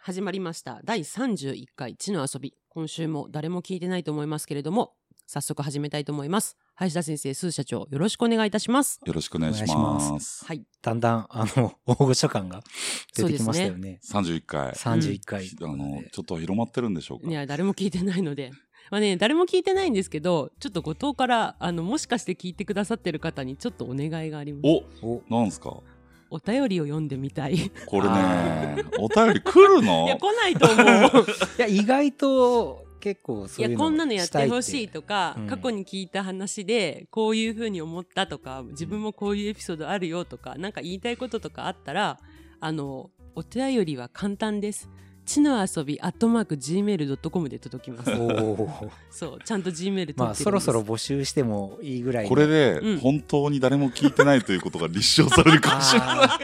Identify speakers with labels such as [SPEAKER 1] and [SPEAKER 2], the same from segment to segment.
[SPEAKER 1] 始まりました第31回地の遊び今週も誰も聞いてないと思いますけれども早速始めたいと思います林田先生スー社長よろしくお願いいたします
[SPEAKER 2] よろしくお願いし
[SPEAKER 3] お願いし
[SPEAKER 2] ま。
[SPEAKER 3] ます
[SPEAKER 1] はい
[SPEAKER 3] だんだん、あの、大御所感が出てきましたよね。
[SPEAKER 2] 31回。
[SPEAKER 3] 31回、
[SPEAKER 2] あの、ちょっと広まってるんでしょうか
[SPEAKER 1] いや誰も聞いてないので まあね誰も聞いてないんですけどちょっと後藤からあのもしかして聞いてくださってる方にちょっとお願いがあります
[SPEAKER 2] お
[SPEAKER 3] お
[SPEAKER 2] なんすか
[SPEAKER 1] お便りを読んでみたいい
[SPEAKER 2] これ
[SPEAKER 3] あ
[SPEAKER 2] ね、お便り来る
[SPEAKER 1] や
[SPEAKER 2] の
[SPEAKER 1] 来ないと思う
[SPEAKER 3] いや、意外と結構
[SPEAKER 1] い
[SPEAKER 3] そういう
[SPEAKER 1] や
[SPEAKER 3] の
[SPEAKER 1] こんなのやってほしい
[SPEAKER 3] と。
[SPEAKER 1] とか、
[SPEAKER 3] うん
[SPEAKER 1] 過去に聞いた話でこういうふうに思ったとか自分もこういうエピソードあるよとかなんか言いたいこととかあったらあのお便りは簡単です。地の遊びアットマーク gmail.com で届きます
[SPEAKER 3] お ー
[SPEAKER 1] そうちゃんと Gmail で
[SPEAKER 3] まあ、そろそろ募集してもいいぐらいの。
[SPEAKER 2] これ
[SPEAKER 1] う
[SPEAKER 2] で
[SPEAKER 1] ん、
[SPEAKER 2] 本当に誰も聞いてないということが立証されるかもしれない。
[SPEAKER 3] あ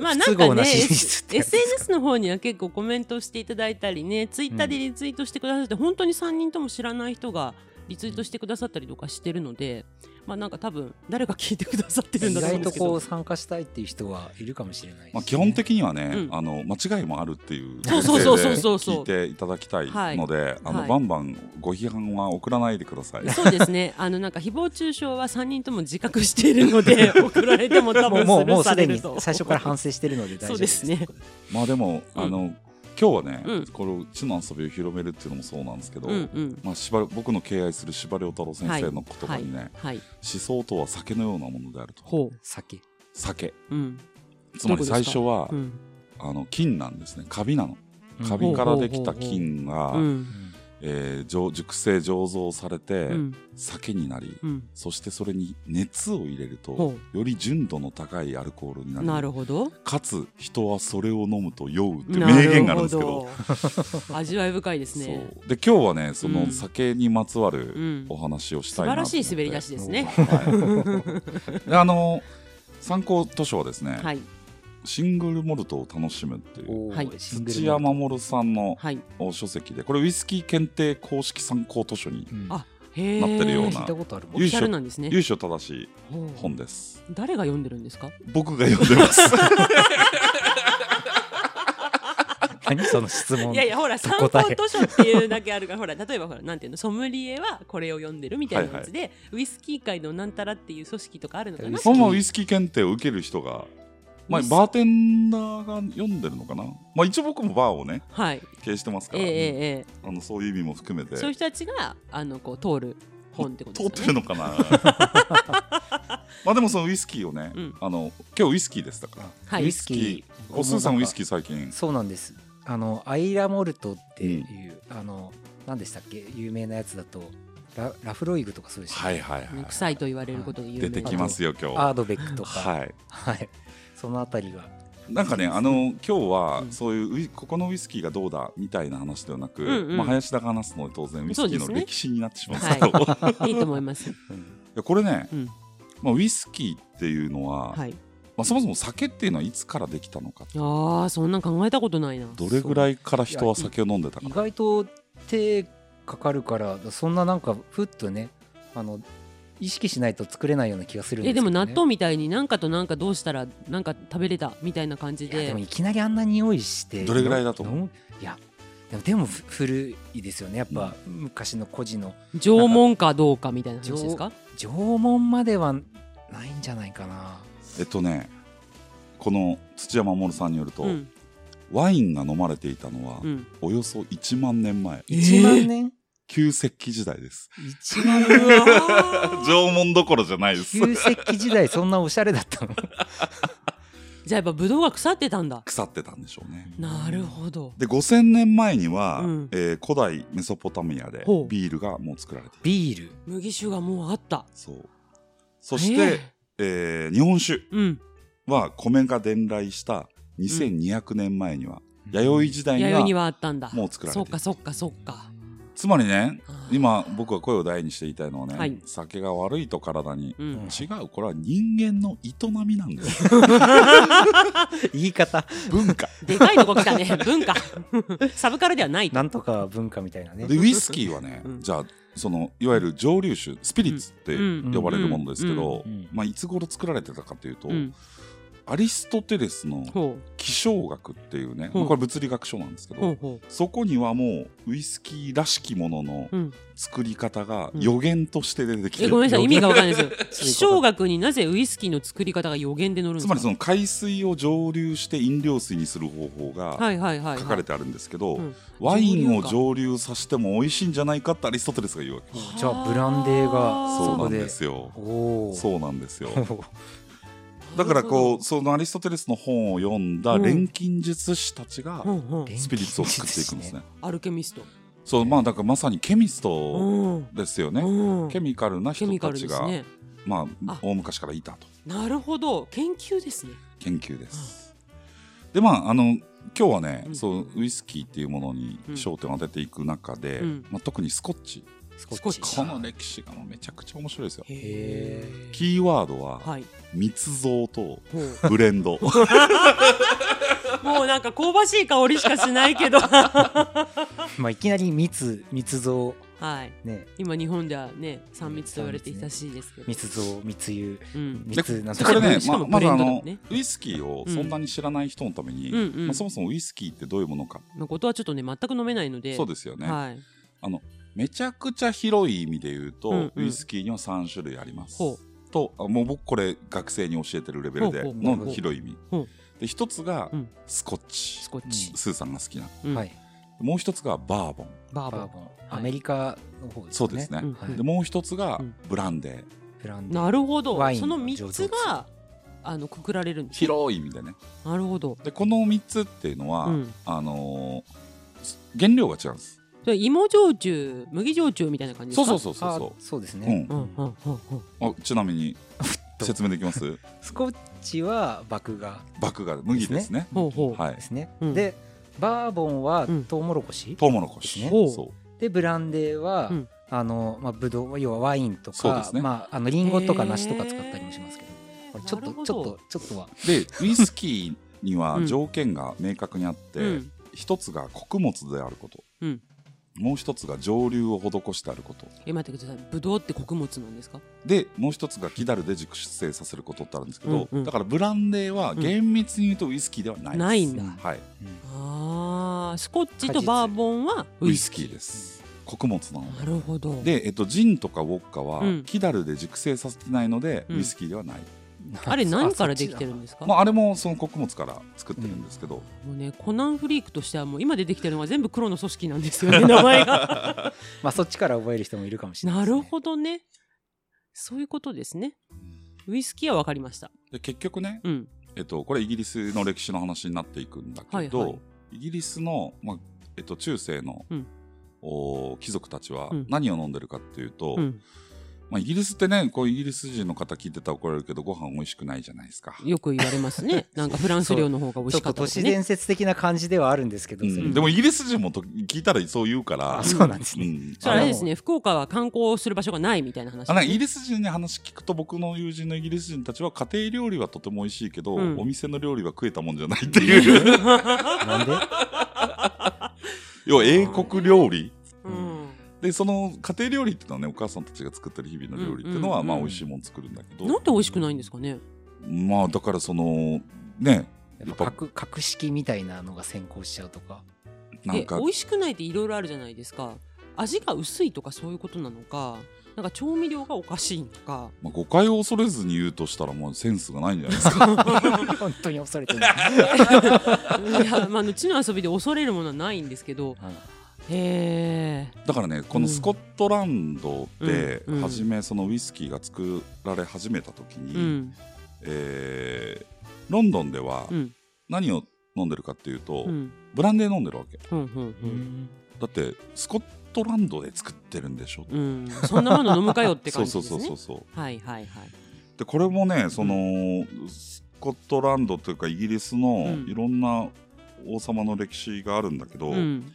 [SPEAKER 1] まあなんか
[SPEAKER 3] 不都合
[SPEAKER 1] ね
[SPEAKER 3] な真実って やつ
[SPEAKER 1] SNS の方には結構コメントしていただいたりねツイッターでリツイートしてくださって、本当に3人とも知らない人がリツイートしてくださったりとかしてるのでまあなんか多分誰が聞いてくださってる
[SPEAKER 3] ー
[SPEAKER 1] ん
[SPEAKER 3] 意
[SPEAKER 1] だろうん
[SPEAKER 3] 外
[SPEAKER 1] で
[SPEAKER 3] と
[SPEAKER 1] すけど
[SPEAKER 3] こう参加したいっていう人はいるかもしれないですね
[SPEAKER 2] まあ、基本的にはね、
[SPEAKER 1] うん
[SPEAKER 2] あの間違いもあるっていう
[SPEAKER 1] そう
[SPEAKER 3] そうそ
[SPEAKER 2] 前提
[SPEAKER 3] うそう
[SPEAKER 2] で
[SPEAKER 1] そうそう
[SPEAKER 2] 聞いていただきたいので、あ
[SPEAKER 1] は
[SPEAKER 2] の
[SPEAKER 1] い
[SPEAKER 2] バンバンご批判は送らないでください。
[SPEAKER 1] そうですね。あのなんか誹謗中傷は三人とも自覚しているの で送られても多
[SPEAKER 3] もう
[SPEAKER 1] 分
[SPEAKER 3] も
[SPEAKER 1] ス
[SPEAKER 3] う
[SPEAKER 1] ル
[SPEAKER 3] も
[SPEAKER 1] ー
[SPEAKER 3] う
[SPEAKER 1] さ
[SPEAKER 3] す
[SPEAKER 1] れ
[SPEAKER 3] で
[SPEAKER 1] る
[SPEAKER 3] に
[SPEAKER 1] と。
[SPEAKER 3] 最初から反省してるので大丈夫です。
[SPEAKER 1] そうです
[SPEAKER 2] まあでも、
[SPEAKER 1] うん
[SPEAKER 2] あの今日はね、
[SPEAKER 1] うん
[SPEAKER 2] この地の遊びを広めるっていうのもそうなんですけど、
[SPEAKER 1] うんうん。
[SPEAKER 2] まあ、司馬僕の敬愛する司馬遼太郎先生の言葉にね、
[SPEAKER 1] はい。
[SPEAKER 2] 思想とは酒のようなものであると
[SPEAKER 1] ほ
[SPEAKER 3] 酒。
[SPEAKER 2] 酒
[SPEAKER 1] う。うん。
[SPEAKER 2] つまり最初は、
[SPEAKER 1] うん。
[SPEAKER 2] あの菌なんですねカビなの
[SPEAKER 3] うん
[SPEAKER 2] カビからできた菌が、
[SPEAKER 1] うん。
[SPEAKER 2] えー醸熟成醸造されて、
[SPEAKER 1] うん。
[SPEAKER 2] 酒になり
[SPEAKER 1] うん。
[SPEAKER 2] そしてそれに熱を入れると
[SPEAKER 1] ほ
[SPEAKER 2] より純度の高いアルコールになる
[SPEAKER 1] なるほど。
[SPEAKER 2] かつ人はそれを飲むと酔うっていう
[SPEAKER 1] な
[SPEAKER 2] 名言があるんですけど
[SPEAKER 1] るほ ど。味わい深いですね。
[SPEAKER 2] そうで今日はねそ
[SPEAKER 1] うん
[SPEAKER 2] の酒にまつわ
[SPEAKER 1] う
[SPEAKER 2] る
[SPEAKER 1] ん
[SPEAKER 2] お。話をし
[SPEAKER 1] 素
[SPEAKER 2] たい
[SPEAKER 1] 晴
[SPEAKER 2] なと思
[SPEAKER 1] ら
[SPEAKER 2] って
[SPEAKER 1] しい滑り出しですね。
[SPEAKER 2] はい、であの参考図書はですね、
[SPEAKER 1] はい。
[SPEAKER 2] シングルモルトを楽しむっていう
[SPEAKER 3] おー
[SPEAKER 1] はい
[SPEAKER 3] シングル
[SPEAKER 2] 土屋守さんの
[SPEAKER 1] はい。
[SPEAKER 2] 書籍でこれウイスキー検定公式参考図書に
[SPEAKER 3] うん
[SPEAKER 1] あへえ。
[SPEAKER 2] なってるような
[SPEAKER 3] 聞いたことあるも
[SPEAKER 1] オ
[SPEAKER 3] ん
[SPEAKER 1] フィシャルなんですね。
[SPEAKER 2] 由緒正しい
[SPEAKER 1] ほう
[SPEAKER 2] 本です
[SPEAKER 1] 誰が読んでるんですか。
[SPEAKER 2] 僕が読ん でます
[SPEAKER 3] 何その質問
[SPEAKER 1] いやいやほら参考
[SPEAKER 3] 答え
[SPEAKER 1] 図書っていうだけあるからほら例えばほらなんていうのソムリエはこれを読んでるみたいなやつで、ウイスキー界のなんたらっていう組織とかあるのかな
[SPEAKER 3] ウイスキ
[SPEAKER 2] そ
[SPEAKER 3] ー
[SPEAKER 2] のウイスキー検定を受ける人が、まあ、バーテンダーが読んでるのかな、まあ、一応僕もバーをね
[SPEAKER 1] はい
[SPEAKER 2] 経営してますか
[SPEAKER 1] ええ
[SPEAKER 2] ら、
[SPEAKER 1] えええ
[SPEAKER 2] あのそういう意味も含め
[SPEAKER 1] え
[SPEAKER 2] て
[SPEAKER 1] そういう人たちがあのこう通る本ってこと
[SPEAKER 2] 通っ
[SPEAKER 1] です
[SPEAKER 2] て
[SPEAKER 1] よ
[SPEAKER 2] る
[SPEAKER 1] ね
[SPEAKER 2] のかな まあでもそのウイスキーをね、
[SPEAKER 1] うん
[SPEAKER 2] あの今日ウイスキーでしたから
[SPEAKER 1] はい
[SPEAKER 3] ウイスキー
[SPEAKER 2] おすーさんウイスキ
[SPEAKER 3] ー
[SPEAKER 2] ー最近
[SPEAKER 3] そうなんですあのアイラモルトっていう、あの何でしたっけ有名なやつだとララフロイグとかそうですよね
[SPEAKER 2] はいはいはい
[SPEAKER 1] 臭いと言われることで有名
[SPEAKER 2] 出てきますよ今日
[SPEAKER 3] アードベックとか
[SPEAKER 2] はい
[SPEAKER 3] はいそのあたりが
[SPEAKER 2] なんかね、あの今日は
[SPEAKER 1] うん
[SPEAKER 2] そういうウイここのウイスキーがどうだみたいな話ではなく、
[SPEAKER 1] うんうん
[SPEAKER 2] まあ、林田が話すので当然ウイスキー
[SPEAKER 1] そ
[SPEAKER 2] の
[SPEAKER 1] うですね
[SPEAKER 2] 歴史になってしまうんですけど、
[SPEAKER 1] いいと思います、
[SPEAKER 2] い やこれね、
[SPEAKER 1] うん
[SPEAKER 2] まあ、ウイスキーっていうのは、
[SPEAKER 1] はい
[SPEAKER 2] まあ、そもそも酒っていうのはいつからできたのか
[SPEAKER 1] あーそんなん考えたことないな
[SPEAKER 2] どれぐらいから人は酒を飲んでたか
[SPEAKER 3] 意
[SPEAKER 2] な
[SPEAKER 3] 外と手かかるからそんななんかふっとねあの意識しないと作れないような気がするんで
[SPEAKER 1] え
[SPEAKER 3] す
[SPEAKER 1] で
[SPEAKER 3] けど、
[SPEAKER 1] も
[SPEAKER 3] ね、
[SPEAKER 1] 納豆みたいになんかとなんかどうしたらなんか食べれたみたいな感じ
[SPEAKER 3] いやで
[SPEAKER 1] で
[SPEAKER 3] もいきなりあんな匂いして
[SPEAKER 2] どれぐらいだと思う
[SPEAKER 3] 飲むいやでもでもふ古いですよねやっぱ、昔の孤児の
[SPEAKER 1] 縄文かどうかみたいな話ですか
[SPEAKER 3] 縄文まではないんじゃないかな
[SPEAKER 2] えっとねこの土屋守さんによると、
[SPEAKER 1] うん
[SPEAKER 2] ワインが飲まれていたのは、
[SPEAKER 1] うん
[SPEAKER 2] およそ1万年前
[SPEAKER 1] えー
[SPEAKER 3] 1万年、
[SPEAKER 2] 旧石器時代です
[SPEAKER 3] 一1 万
[SPEAKER 1] う
[SPEAKER 3] 年
[SPEAKER 1] わー
[SPEAKER 2] 縄文どころじゃないです
[SPEAKER 3] 旧石器時代そんなおしゃれだったの
[SPEAKER 1] じゃあやっぱブドウが腐ってたんだ
[SPEAKER 2] 腐ってたんでしょうね
[SPEAKER 1] なるほど
[SPEAKER 2] で5000年前には、
[SPEAKER 1] うん
[SPEAKER 2] えー古代メソポタミアで
[SPEAKER 1] ほう
[SPEAKER 2] ビールがもう作られている
[SPEAKER 3] ビール
[SPEAKER 1] 麦酒がもうあった
[SPEAKER 2] そうそして、えー日本酒
[SPEAKER 1] えーうん
[SPEAKER 2] は米が伝来した2200年前には、弥生時代に
[SPEAKER 1] 弥
[SPEAKER 2] は
[SPEAKER 1] 生にはあったんだ
[SPEAKER 2] もう作られて
[SPEAKER 1] そ
[SPEAKER 2] い
[SPEAKER 1] っ
[SPEAKER 2] る
[SPEAKER 1] かそっかそっか
[SPEAKER 2] つまりね
[SPEAKER 1] あー
[SPEAKER 2] 今僕は声を大にして言いたいのはね、
[SPEAKER 1] はい
[SPEAKER 2] 酒が悪いと体に、
[SPEAKER 1] うん
[SPEAKER 3] うん
[SPEAKER 2] 違うこれは人間の営みなんで すよ
[SPEAKER 3] 言い方
[SPEAKER 2] 文化
[SPEAKER 1] でかいとこ来たね 文化サブカルではないと
[SPEAKER 3] なんとか文化みたいなね
[SPEAKER 2] でウイスキーはね、
[SPEAKER 1] うん
[SPEAKER 2] じゃあそのいわゆる蒸留酒スピリッツって
[SPEAKER 1] うん
[SPEAKER 2] 呼ばれるものですけど、
[SPEAKER 3] うんうん
[SPEAKER 2] まあ、いつ頃作られてたかというと、
[SPEAKER 1] うん
[SPEAKER 2] アリストテレスの
[SPEAKER 1] ほ
[SPEAKER 2] 気象学っていうね、
[SPEAKER 1] うん
[SPEAKER 2] まあこれ物理学書なんです
[SPEAKER 1] う
[SPEAKER 2] け
[SPEAKER 1] ほ
[SPEAKER 2] ど、
[SPEAKER 1] うほ
[SPEAKER 2] そこにはもうウイスキーらしきものの
[SPEAKER 1] う、うん、
[SPEAKER 2] 作り方が
[SPEAKER 1] うん
[SPEAKER 2] 予言として出てきて
[SPEAKER 1] え
[SPEAKER 2] る、
[SPEAKER 1] ごめんなさい意味がわかんないですよ
[SPEAKER 3] そういうこと
[SPEAKER 1] 気象学になぜウイスキーの作り方が予言で載るんで
[SPEAKER 2] つ
[SPEAKER 1] す
[SPEAKER 2] ま
[SPEAKER 1] か
[SPEAKER 2] りその海水を蒸留して飲料水にする方法が
[SPEAKER 1] はいはいはい、はい、
[SPEAKER 2] 書かれてあるんですけど、
[SPEAKER 1] うん
[SPEAKER 2] ワインを蒸留させても美味しいんじゃないかってアリストテレスが言うわけ
[SPEAKER 3] じゃあブランデーが
[SPEAKER 1] はあ
[SPEAKER 2] そう
[SPEAKER 3] こ
[SPEAKER 2] なん
[SPEAKER 3] で
[SPEAKER 2] ですよ
[SPEAKER 3] おお
[SPEAKER 2] そうなんですよ
[SPEAKER 1] な
[SPEAKER 2] だ
[SPEAKER 1] るほ
[SPEAKER 2] か
[SPEAKER 1] ど
[SPEAKER 2] らこうそのアリストテレスの本を読んだ
[SPEAKER 1] うん
[SPEAKER 2] 錬金術師たちが
[SPEAKER 1] うんうん
[SPEAKER 2] スピリッツを作っていくんですね。
[SPEAKER 1] アルケミスト、
[SPEAKER 2] そうまあだからまさにケミスト
[SPEAKER 1] うん
[SPEAKER 2] ですよね。
[SPEAKER 1] うん、
[SPEAKER 2] ケミカルな
[SPEAKER 1] ケ
[SPEAKER 2] 人
[SPEAKER 1] ミカ
[SPEAKER 2] た
[SPEAKER 1] ル
[SPEAKER 2] ち
[SPEAKER 1] です
[SPEAKER 2] が、
[SPEAKER 1] ね
[SPEAKER 2] まあ
[SPEAKER 1] あ
[SPEAKER 2] 大昔からいたと
[SPEAKER 1] なるほど研究ですね
[SPEAKER 2] 研究です。でまああの今日はね、
[SPEAKER 1] うん
[SPEAKER 2] そうウイスキーっていうものに
[SPEAKER 1] うん
[SPEAKER 2] 焦点を当てていく中で、
[SPEAKER 1] うん
[SPEAKER 2] まあ、特にスコッチ
[SPEAKER 3] スコッチ
[SPEAKER 1] ス
[SPEAKER 2] この歴史がもうめちゃくちゃ面白いですよ。
[SPEAKER 3] へー
[SPEAKER 2] キーワードは
[SPEAKER 1] はい
[SPEAKER 2] 密造と
[SPEAKER 1] ほう
[SPEAKER 2] ブレ ンド。
[SPEAKER 1] もうなんか香ばしい香りしかしない けどは
[SPEAKER 3] まあいきなり密密造
[SPEAKER 1] い
[SPEAKER 3] ね
[SPEAKER 1] 今日本ではね三密と言われて親しいですけど、
[SPEAKER 3] 密造密輸
[SPEAKER 1] うん、
[SPEAKER 3] 密なん
[SPEAKER 2] で
[SPEAKER 3] と
[SPEAKER 2] こ
[SPEAKER 3] か
[SPEAKER 2] れね、
[SPEAKER 1] し
[SPEAKER 2] ま
[SPEAKER 1] か
[SPEAKER 2] あ
[SPEAKER 1] も
[SPEAKER 2] まずあ
[SPEAKER 1] ブレンドだ
[SPEAKER 2] の
[SPEAKER 1] もんね
[SPEAKER 2] ウイスキーをそんなに知らない人のために、
[SPEAKER 1] うんうん
[SPEAKER 2] まあ、そもそもウイスキーってどういうものか、
[SPEAKER 1] まあ、ことはちょっとね全く飲めないので
[SPEAKER 2] そうですよね、
[SPEAKER 1] はい
[SPEAKER 2] めちゃくちゃ広い意味で言うと、
[SPEAKER 1] うんうん
[SPEAKER 2] ウイスキーには3種類あります
[SPEAKER 1] ほ
[SPEAKER 2] とあもう僕これ学生に教えてるレベルで
[SPEAKER 1] ほうほ
[SPEAKER 3] うほう
[SPEAKER 2] の広い意味
[SPEAKER 1] ほう
[SPEAKER 2] で一つが
[SPEAKER 1] うん
[SPEAKER 2] スコッチ、
[SPEAKER 1] スコッチ、
[SPEAKER 2] スーさんが好きな
[SPEAKER 1] うん
[SPEAKER 3] はい
[SPEAKER 2] もう一つがバーボン
[SPEAKER 1] バーボン
[SPEAKER 3] バーボンアメリカの方です
[SPEAKER 2] そ
[SPEAKER 3] ね
[SPEAKER 2] うですね、
[SPEAKER 1] うん
[SPEAKER 3] はい
[SPEAKER 2] でもう一つが
[SPEAKER 1] うん
[SPEAKER 2] ブランデー、
[SPEAKER 3] ブランド
[SPEAKER 1] なるほど
[SPEAKER 3] ワイン
[SPEAKER 1] その3つ
[SPEAKER 3] 醸造
[SPEAKER 1] があのくくられるんですね
[SPEAKER 2] 広い意味でね
[SPEAKER 1] なるほど、
[SPEAKER 2] でこの3つっていうのは、
[SPEAKER 1] うん、
[SPEAKER 2] あのー原料が違うんです
[SPEAKER 1] それ芋焼酎麦焼酎みたいな感じで
[SPEAKER 2] そう
[SPEAKER 1] すか
[SPEAKER 2] そうそうそうそう
[SPEAKER 3] あそうです
[SPEAKER 2] う
[SPEAKER 3] ね
[SPEAKER 2] ん
[SPEAKER 1] うんうんうんうん
[SPEAKER 2] あちなみに
[SPEAKER 3] と
[SPEAKER 2] 説明でき ます
[SPEAKER 3] スコッチは麦芽
[SPEAKER 2] 麦が麦ですね
[SPEAKER 1] ほうほう、
[SPEAKER 2] はい
[SPEAKER 3] ですね
[SPEAKER 1] うん
[SPEAKER 3] でバーボンは
[SPEAKER 1] うん
[SPEAKER 3] トウモロコシ
[SPEAKER 2] トウモロコシ、
[SPEAKER 3] ね
[SPEAKER 1] ほう
[SPEAKER 2] そう
[SPEAKER 3] でブランデーは
[SPEAKER 1] うん
[SPEAKER 3] あのまあブドウ要はワインと
[SPEAKER 2] そうで
[SPEAKER 3] か
[SPEAKER 2] すね
[SPEAKER 3] まああのリンゴとか梨とか使ったりもしますけど
[SPEAKER 1] へー
[SPEAKER 3] これちょっ
[SPEAKER 1] なる
[SPEAKER 3] と
[SPEAKER 1] ほ
[SPEAKER 3] ちょ
[SPEAKER 1] ど
[SPEAKER 3] っとちょっとは
[SPEAKER 2] でウイスキーには
[SPEAKER 1] うん
[SPEAKER 2] 条件が明確にあって、
[SPEAKER 1] うん
[SPEAKER 2] 一つが穀物であること、
[SPEAKER 1] うん
[SPEAKER 2] もう一つが蒸留を施してあること
[SPEAKER 1] え待ってくださいブドウって穀物なんですか
[SPEAKER 2] でもう一つが木だるで熟成させることってあるんですけど、
[SPEAKER 1] うんうん
[SPEAKER 2] だからブランデーは厳密に言うとウイスキーではないです、
[SPEAKER 1] ないんだ
[SPEAKER 2] はい、
[SPEAKER 1] あースコッチとバーボンは
[SPEAKER 2] ウイスキーです穀物なの
[SPEAKER 1] なるほど
[SPEAKER 2] で、えっと、ジンとかウォッカは
[SPEAKER 1] うん
[SPEAKER 2] 木だるで熟成させてないので、
[SPEAKER 1] うん
[SPEAKER 2] ウイスキーではない、
[SPEAKER 1] あれ 何からできてるんですか
[SPEAKER 2] まあ、あれもその穀物から作ってるんですけど、
[SPEAKER 1] もうねコナンフリークとしてはもう今出てきてるのは全部黒の組織なんですよね 名前が
[SPEAKER 3] まあそっちから覚える人もいるかもしれない
[SPEAKER 1] な
[SPEAKER 3] ですね
[SPEAKER 1] るほどねそういうことですねウイスキーは分かりました
[SPEAKER 2] で結局ね
[SPEAKER 1] うん
[SPEAKER 2] えっと、これイギリスの歴史の話になっていくんだけど、
[SPEAKER 1] はいはい
[SPEAKER 2] イギリスの、まあえっと、中世の、
[SPEAKER 1] うん
[SPEAKER 2] お貴族たちは
[SPEAKER 1] うん
[SPEAKER 2] 何を飲んでるかっていうと、
[SPEAKER 1] うん
[SPEAKER 2] まあ、イギリスってねこうイギリス人の方聞いてたら怒られるけどご飯美味しくないじゃないですか。
[SPEAKER 1] よく言われます ねなんかフランス料の方が美味
[SPEAKER 3] ちょ
[SPEAKER 1] し
[SPEAKER 3] っ
[SPEAKER 1] か
[SPEAKER 3] と
[SPEAKER 1] った
[SPEAKER 3] 都
[SPEAKER 1] とか
[SPEAKER 3] 市
[SPEAKER 1] ね
[SPEAKER 3] 伝説的な感じではあるんですけど、
[SPEAKER 2] うん
[SPEAKER 3] それ
[SPEAKER 2] でもイギリス人もと聞いたらそう言うから
[SPEAKER 3] あ、そうなんです
[SPEAKER 2] う
[SPEAKER 3] ね、
[SPEAKER 2] ん
[SPEAKER 1] それあれですね福岡は観光する場所がないみたいな話
[SPEAKER 2] あなんかイギリス人に話聞くと僕の友人のイギリス人たちは家庭料理はとても美味しいけど、
[SPEAKER 1] うん
[SPEAKER 2] お店の料理は食えたもんじゃないっていう
[SPEAKER 3] なんで
[SPEAKER 2] 要は英国料理
[SPEAKER 1] うん
[SPEAKER 2] でその家庭料理っていうのはねお母さんたちが作ってる日々の料理っていうのは、
[SPEAKER 1] うんうんうん
[SPEAKER 2] まあ美味しいもん作るんだけど
[SPEAKER 1] なんで美味しくないんですかね
[SPEAKER 2] まあだからそのね
[SPEAKER 3] やっぱ格格式みたいなのが先行しちゃう とか
[SPEAKER 2] なん
[SPEAKER 1] え
[SPEAKER 2] か
[SPEAKER 1] 美味しくないっていろいろあるじゃないですか味が薄いとかそういうことなのかなんか調味料がおかしいのか
[SPEAKER 2] まあ、誤解を恐れずに言うとしたらもうセンスがないんじゃないですか
[SPEAKER 3] 本当に恐れてる、はい
[SPEAKER 1] いや、まあ、うちの遊びで恐れるものはないんですけどへえ
[SPEAKER 2] だからねこのスコットランドで
[SPEAKER 1] うんうん
[SPEAKER 2] 初めそのウイスキーが作られ始めた時に、
[SPEAKER 1] うん
[SPEAKER 2] えーロンドンでは
[SPEAKER 1] うん
[SPEAKER 2] 何を飲んでるかっていうと、
[SPEAKER 1] うん
[SPEAKER 2] ブランデー飲んでるわけ
[SPEAKER 1] うんうんうん
[SPEAKER 2] だってスコットランドで作ってるんでしょっ
[SPEAKER 1] うんそんなもの飲むかよって
[SPEAKER 2] そ
[SPEAKER 1] 感
[SPEAKER 2] う
[SPEAKER 1] じ
[SPEAKER 2] そう
[SPEAKER 1] です
[SPEAKER 2] そうそう
[SPEAKER 1] ね
[SPEAKER 2] そう
[SPEAKER 1] はいはいはい
[SPEAKER 2] でこれもねその、スコットランドというかイギリスの
[SPEAKER 1] うん
[SPEAKER 2] いろんな王様の歴史があるんだけど、
[SPEAKER 1] うん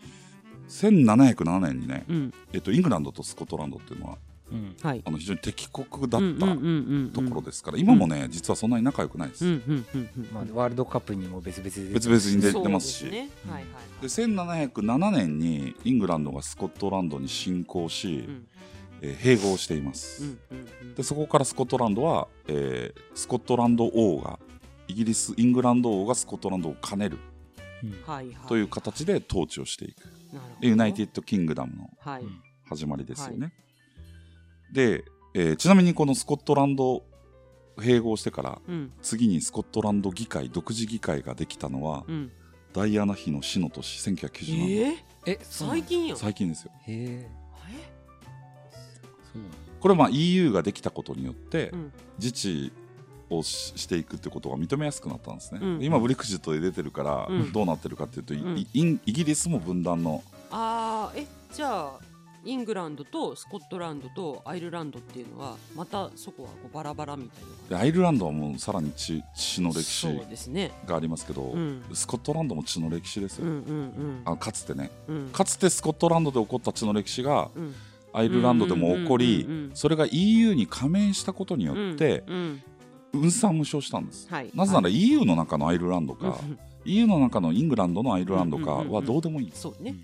[SPEAKER 2] 1707年にね、
[SPEAKER 1] うん
[SPEAKER 2] えっと、イングランドとスコットランドっていうのは
[SPEAKER 3] うん
[SPEAKER 1] はい
[SPEAKER 2] あの非常に敵国だ
[SPEAKER 1] う
[SPEAKER 2] っ
[SPEAKER 1] んうん
[SPEAKER 2] た
[SPEAKER 1] うんう
[SPEAKER 2] と
[SPEAKER 1] ん
[SPEAKER 2] ころですから、今もね実はそんなに仲良くないです、
[SPEAKER 1] うんうんうんうん
[SPEAKER 3] まあ、ワールドカップにも別々で
[SPEAKER 2] 別々に出
[SPEAKER 1] そう
[SPEAKER 2] てますし
[SPEAKER 1] ですねはいはい
[SPEAKER 2] で1707年にイングランドがスコットランドに侵攻し、
[SPEAKER 1] うん
[SPEAKER 2] えー併合しています、
[SPEAKER 1] うんうんうん
[SPEAKER 2] でそこからスコットランドは、えースコットランド王がイギリスイングランド王がスコットランドを兼ねる
[SPEAKER 1] はいはい
[SPEAKER 2] という形で統治をしていく
[SPEAKER 1] なるほど
[SPEAKER 2] でユナイテッド・キングダムの
[SPEAKER 1] はい、
[SPEAKER 3] うん
[SPEAKER 2] 始まりですよね。で、えーちなみにこのスコットランド併合してから
[SPEAKER 1] うん
[SPEAKER 2] 次にスコットランド議会独自議会ができたのは、
[SPEAKER 1] うん
[SPEAKER 2] ダイアナ妃の死の年
[SPEAKER 1] え
[SPEAKER 2] 1997年、
[SPEAKER 3] え
[SPEAKER 1] 最近よ
[SPEAKER 2] 最近ですよ。
[SPEAKER 3] へえ
[SPEAKER 1] え
[SPEAKER 3] そうなんだ
[SPEAKER 2] これはまあ EU ができたことによって、
[SPEAKER 1] うん
[SPEAKER 2] 自治をししていくってことが認めやすくなったんですね。
[SPEAKER 1] うん
[SPEAKER 2] 今ブレクジットで出てるから、
[SPEAKER 1] うん
[SPEAKER 2] どうなってるかっていうと、い
[SPEAKER 1] うん
[SPEAKER 2] いインイギリスも分断の
[SPEAKER 1] あーえじゃあイングランドとスコットランドとアイルランドっていうのはまたそこはこうバラバラみたいな
[SPEAKER 2] でアイルランドはもうさらに血血の歴史
[SPEAKER 1] そうですね
[SPEAKER 2] がありますけど、
[SPEAKER 1] うん
[SPEAKER 2] スコットランドも血の歴史です
[SPEAKER 1] うん
[SPEAKER 2] よ、
[SPEAKER 1] うん
[SPEAKER 2] あかつてね
[SPEAKER 1] うんうん
[SPEAKER 2] かつてスコットランドで起こった血の歴史が
[SPEAKER 1] うん
[SPEAKER 2] アイルランドでも起こ
[SPEAKER 1] うんう
[SPEAKER 2] り
[SPEAKER 1] んうんうん
[SPEAKER 2] それが EU に加盟したことによって
[SPEAKER 1] うんうん
[SPEAKER 2] 分散無償したんです。
[SPEAKER 1] はい
[SPEAKER 2] なぜなら EU の中のアイルランドか
[SPEAKER 1] うん
[SPEAKER 2] EU の中のイングランドのアイルランドか
[SPEAKER 1] うんうんうんう
[SPEAKER 2] は
[SPEAKER 1] ん
[SPEAKER 2] どうでもいいです
[SPEAKER 1] そうね、うん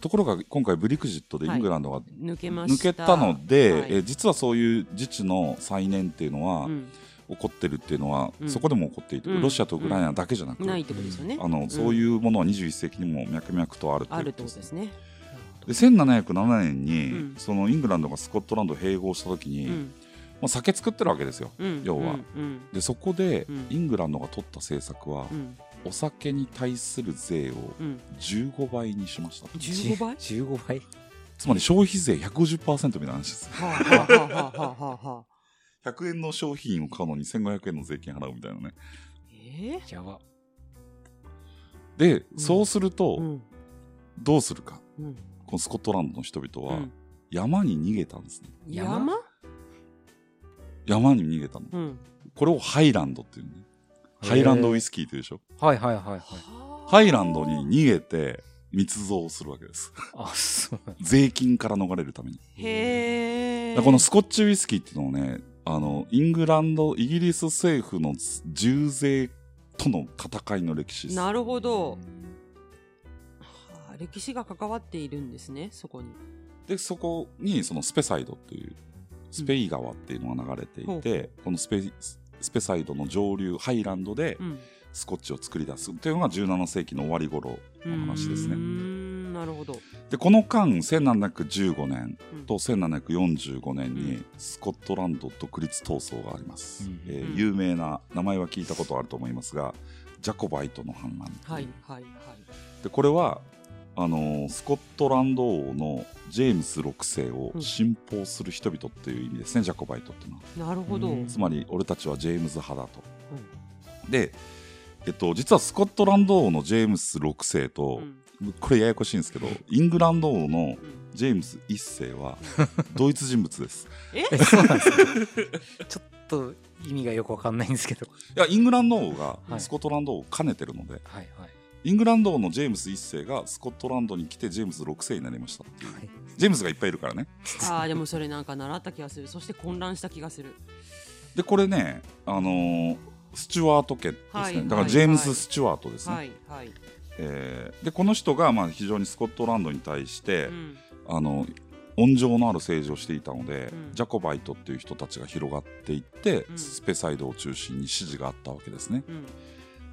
[SPEAKER 2] ところが今回ブリクジットでイングランドが
[SPEAKER 1] うん、抜けま
[SPEAKER 2] 抜
[SPEAKER 1] した
[SPEAKER 2] けたので、
[SPEAKER 1] はい
[SPEAKER 2] え実はそういう自治の再燃っていうのは
[SPEAKER 1] うん
[SPEAKER 2] 起こってるっていうのは
[SPEAKER 1] うん
[SPEAKER 2] そこでも起こっていて
[SPEAKER 1] うん
[SPEAKER 2] ロシアとウクライナだけじゃなく
[SPEAKER 1] ないってことですよね
[SPEAKER 2] あのそういうものは21世紀にも脈々とあると
[SPEAKER 1] あ
[SPEAKER 2] い
[SPEAKER 1] る
[SPEAKER 2] う
[SPEAKER 1] ってことですね
[SPEAKER 2] で1707年に、
[SPEAKER 1] うん
[SPEAKER 2] そのイングランドがスコットランドを併合した時に、
[SPEAKER 1] うん
[SPEAKER 2] まあ、酒作ってるわけですよ
[SPEAKER 1] うん
[SPEAKER 2] 要は
[SPEAKER 1] うん
[SPEAKER 2] でそこで、
[SPEAKER 1] うん
[SPEAKER 2] イングランドが取った政策は、
[SPEAKER 1] うん
[SPEAKER 2] お酒に対する税を
[SPEAKER 1] うんうん
[SPEAKER 2] 15倍にしました
[SPEAKER 1] 15倍
[SPEAKER 3] じゅ15倍
[SPEAKER 2] つまり消費税150%みたいな話です
[SPEAKER 1] はあはあはあはあはあはあ
[SPEAKER 2] 100円の商品を買うのに1500円の税金払うみたいなね
[SPEAKER 1] え
[SPEAKER 3] やば
[SPEAKER 2] で、
[SPEAKER 1] ん
[SPEAKER 2] そうする
[SPEAKER 1] ー、う
[SPEAKER 2] と
[SPEAKER 1] ん
[SPEAKER 2] どうするか
[SPEAKER 1] うん
[SPEAKER 2] このスコットランドの人々
[SPEAKER 1] う
[SPEAKER 2] は
[SPEAKER 1] ん
[SPEAKER 2] 山に逃げたんですね
[SPEAKER 1] 山
[SPEAKER 3] 山
[SPEAKER 2] 山に逃げたの
[SPEAKER 1] うん
[SPEAKER 2] これをハイランドっていうねハイランドウイスキーっていうでしょ
[SPEAKER 3] はいはいはいはい
[SPEAKER 2] ハイランドに逃げて密造をするわけです。
[SPEAKER 3] あそうなんだ
[SPEAKER 2] 税金から逃れるために。
[SPEAKER 1] へえ
[SPEAKER 2] だからこのスコッチウイスキーっていうのをね、あの、イングランド、イギリス政府の重税との戦いの歴史です。
[SPEAKER 1] なるほど
[SPEAKER 3] うん
[SPEAKER 1] はあ歴史が関わっているんですねそこに
[SPEAKER 2] で、そこにそのスペサイドっていう、スペイ川っていうのが流れていて、このスペ、スペサイドの上流、ハイランドで
[SPEAKER 1] うん
[SPEAKER 2] スコッチを作り出すっていうのが17世紀の終わり頃の話です
[SPEAKER 1] うー
[SPEAKER 2] ね。
[SPEAKER 1] んなるほど
[SPEAKER 2] で、この間、1715年、
[SPEAKER 1] うん
[SPEAKER 2] と1745
[SPEAKER 1] う
[SPEAKER 2] 年にスコットランド独立闘争があります、
[SPEAKER 3] うん
[SPEAKER 2] えー
[SPEAKER 1] うん
[SPEAKER 2] 有名な名前は聞いたことあると思いますがジャコバイトの反乱、
[SPEAKER 1] はいはいはい
[SPEAKER 2] でこれはあのースコットランド王のジェームス6世を信奉する人々っていう意味ですね、ジャコバイトってのは
[SPEAKER 1] なるほど、う
[SPEAKER 3] うんん
[SPEAKER 2] つまり俺たちはジェームズ派だとでえっと、実はスコットランド王のジェームス6世と、
[SPEAKER 1] うん
[SPEAKER 2] これややこしいんですけどイングランド王の
[SPEAKER 1] うん
[SPEAKER 2] ジェームス1世 はドイツ人物です
[SPEAKER 3] えそうなんですか ちょっと意味がよくわかんないんですけど
[SPEAKER 2] いやイングランド王が
[SPEAKER 3] はい
[SPEAKER 2] スコットランド王を兼ねてるので、
[SPEAKER 3] はいはい
[SPEAKER 2] イングランド王のジェームス1世がスコットランドに来てジェームス6世になりましたっていう
[SPEAKER 3] はい
[SPEAKER 2] ジェームスがいっぱいいるからね
[SPEAKER 1] あーでもそれなんか習った気がするそして混乱した気がする
[SPEAKER 2] でこれねあのースチュワート家ですね、
[SPEAKER 1] はい
[SPEAKER 2] だか
[SPEAKER 1] は
[SPEAKER 2] ら
[SPEAKER 1] い
[SPEAKER 2] ジェームス・スチュワートですね、
[SPEAKER 1] はいはい、
[SPEAKER 2] えーでこの人がまあ非常にスコットランドに対して、
[SPEAKER 1] うん
[SPEAKER 2] あの温情のある政治をしていたので、
[SPEAKER 1] うん
[SPEAKER 2] ジャコバイトっていう人たちが広がっていって、
[SPEAKER 1] うん
[SPEAKER 2] スペサイドを中心に支持があったわけですね
[SPEAKER 1] うん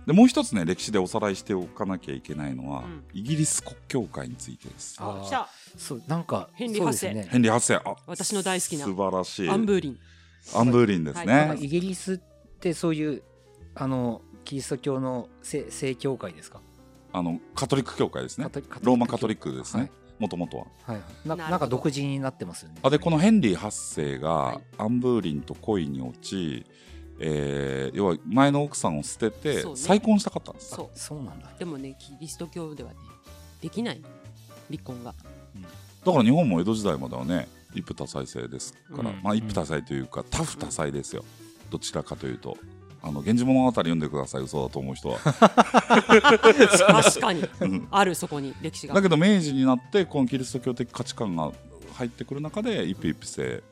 [SPEAKER 2] でもう一つね歴史でおさらいしておかなきゃいけないのは、
[SPEAKER 1] うん
[SPEAKER 2] イギリス国教会についてです
[SPEAKER 3] あ
[SPEAKER 1] あ
[SPEAKER 3] ー
[SPEAKER 1] 来た
[SPEAKER 3] そうなんか
[SPEAKER 1] ヘンリー八世
[SPEAKER 3] そうです
[SPEAKER 2] ヘ
[SPEAKER 3] ね
[SPEAKER 2] ンリー8世あ
[SPEAKER 1] 私の大好きな
[SPEAKER 2] 素晴らしい
[SPEAKER 1] アンブーリン
[SPEAKER 2] アンブーリンですね、
[SPEAKER 1] は
[SPEAKER 3] なんかイギリスってそういうあのキリスト教の正正教会ですか
[SPEAKER 2] あのカトリック教会ですね
[SPEAKER 3] カトリカトリック
[SPEAKER 2] ローマカトリックですねもともとは
[SPEAKER 3] はいはいはい
[SPEAKER 1] なる
[SPEAKER 3] な
[SPEAKER 1] ほど
[SPEAKER 3] なんか独自になってますよね
[SPEAKER 2] あでこのヘンリー8世
[SPEAKER 1] は
[SPEAKER 2] が
[SPEAKER 1] い
[SPEAKER 2] アンブーリンと恋に落ち、えー要は前の奥さんを捨てて
[SPEAKER 1] そうね
[SPEAKER 2] 再婚したかったんです、
[SPEAKER 1] そう
[SPEAKER 3] そうなんだ
[SPEAKER 1] でもねキリスト教ではねできない 離婚が
[SPEAKER 2] だから日本も江戸時代まではね一夫多妻制ですから、
[SPEAKER 1] うん
[SPEAKER 2] まあ一夫多妻というか、多夫多妻ですよどちらかというとあの「源氏物語」読んでください嘘だと思 う人は
[SPEAKER 1] 確かに
[SPEAKER 2] うん
[SPEAKER 1] あるそこに歴史が
[SPEAKER 2] だけど明治になってこのキリスト教的価値観が入ってくる中で一夫一夫制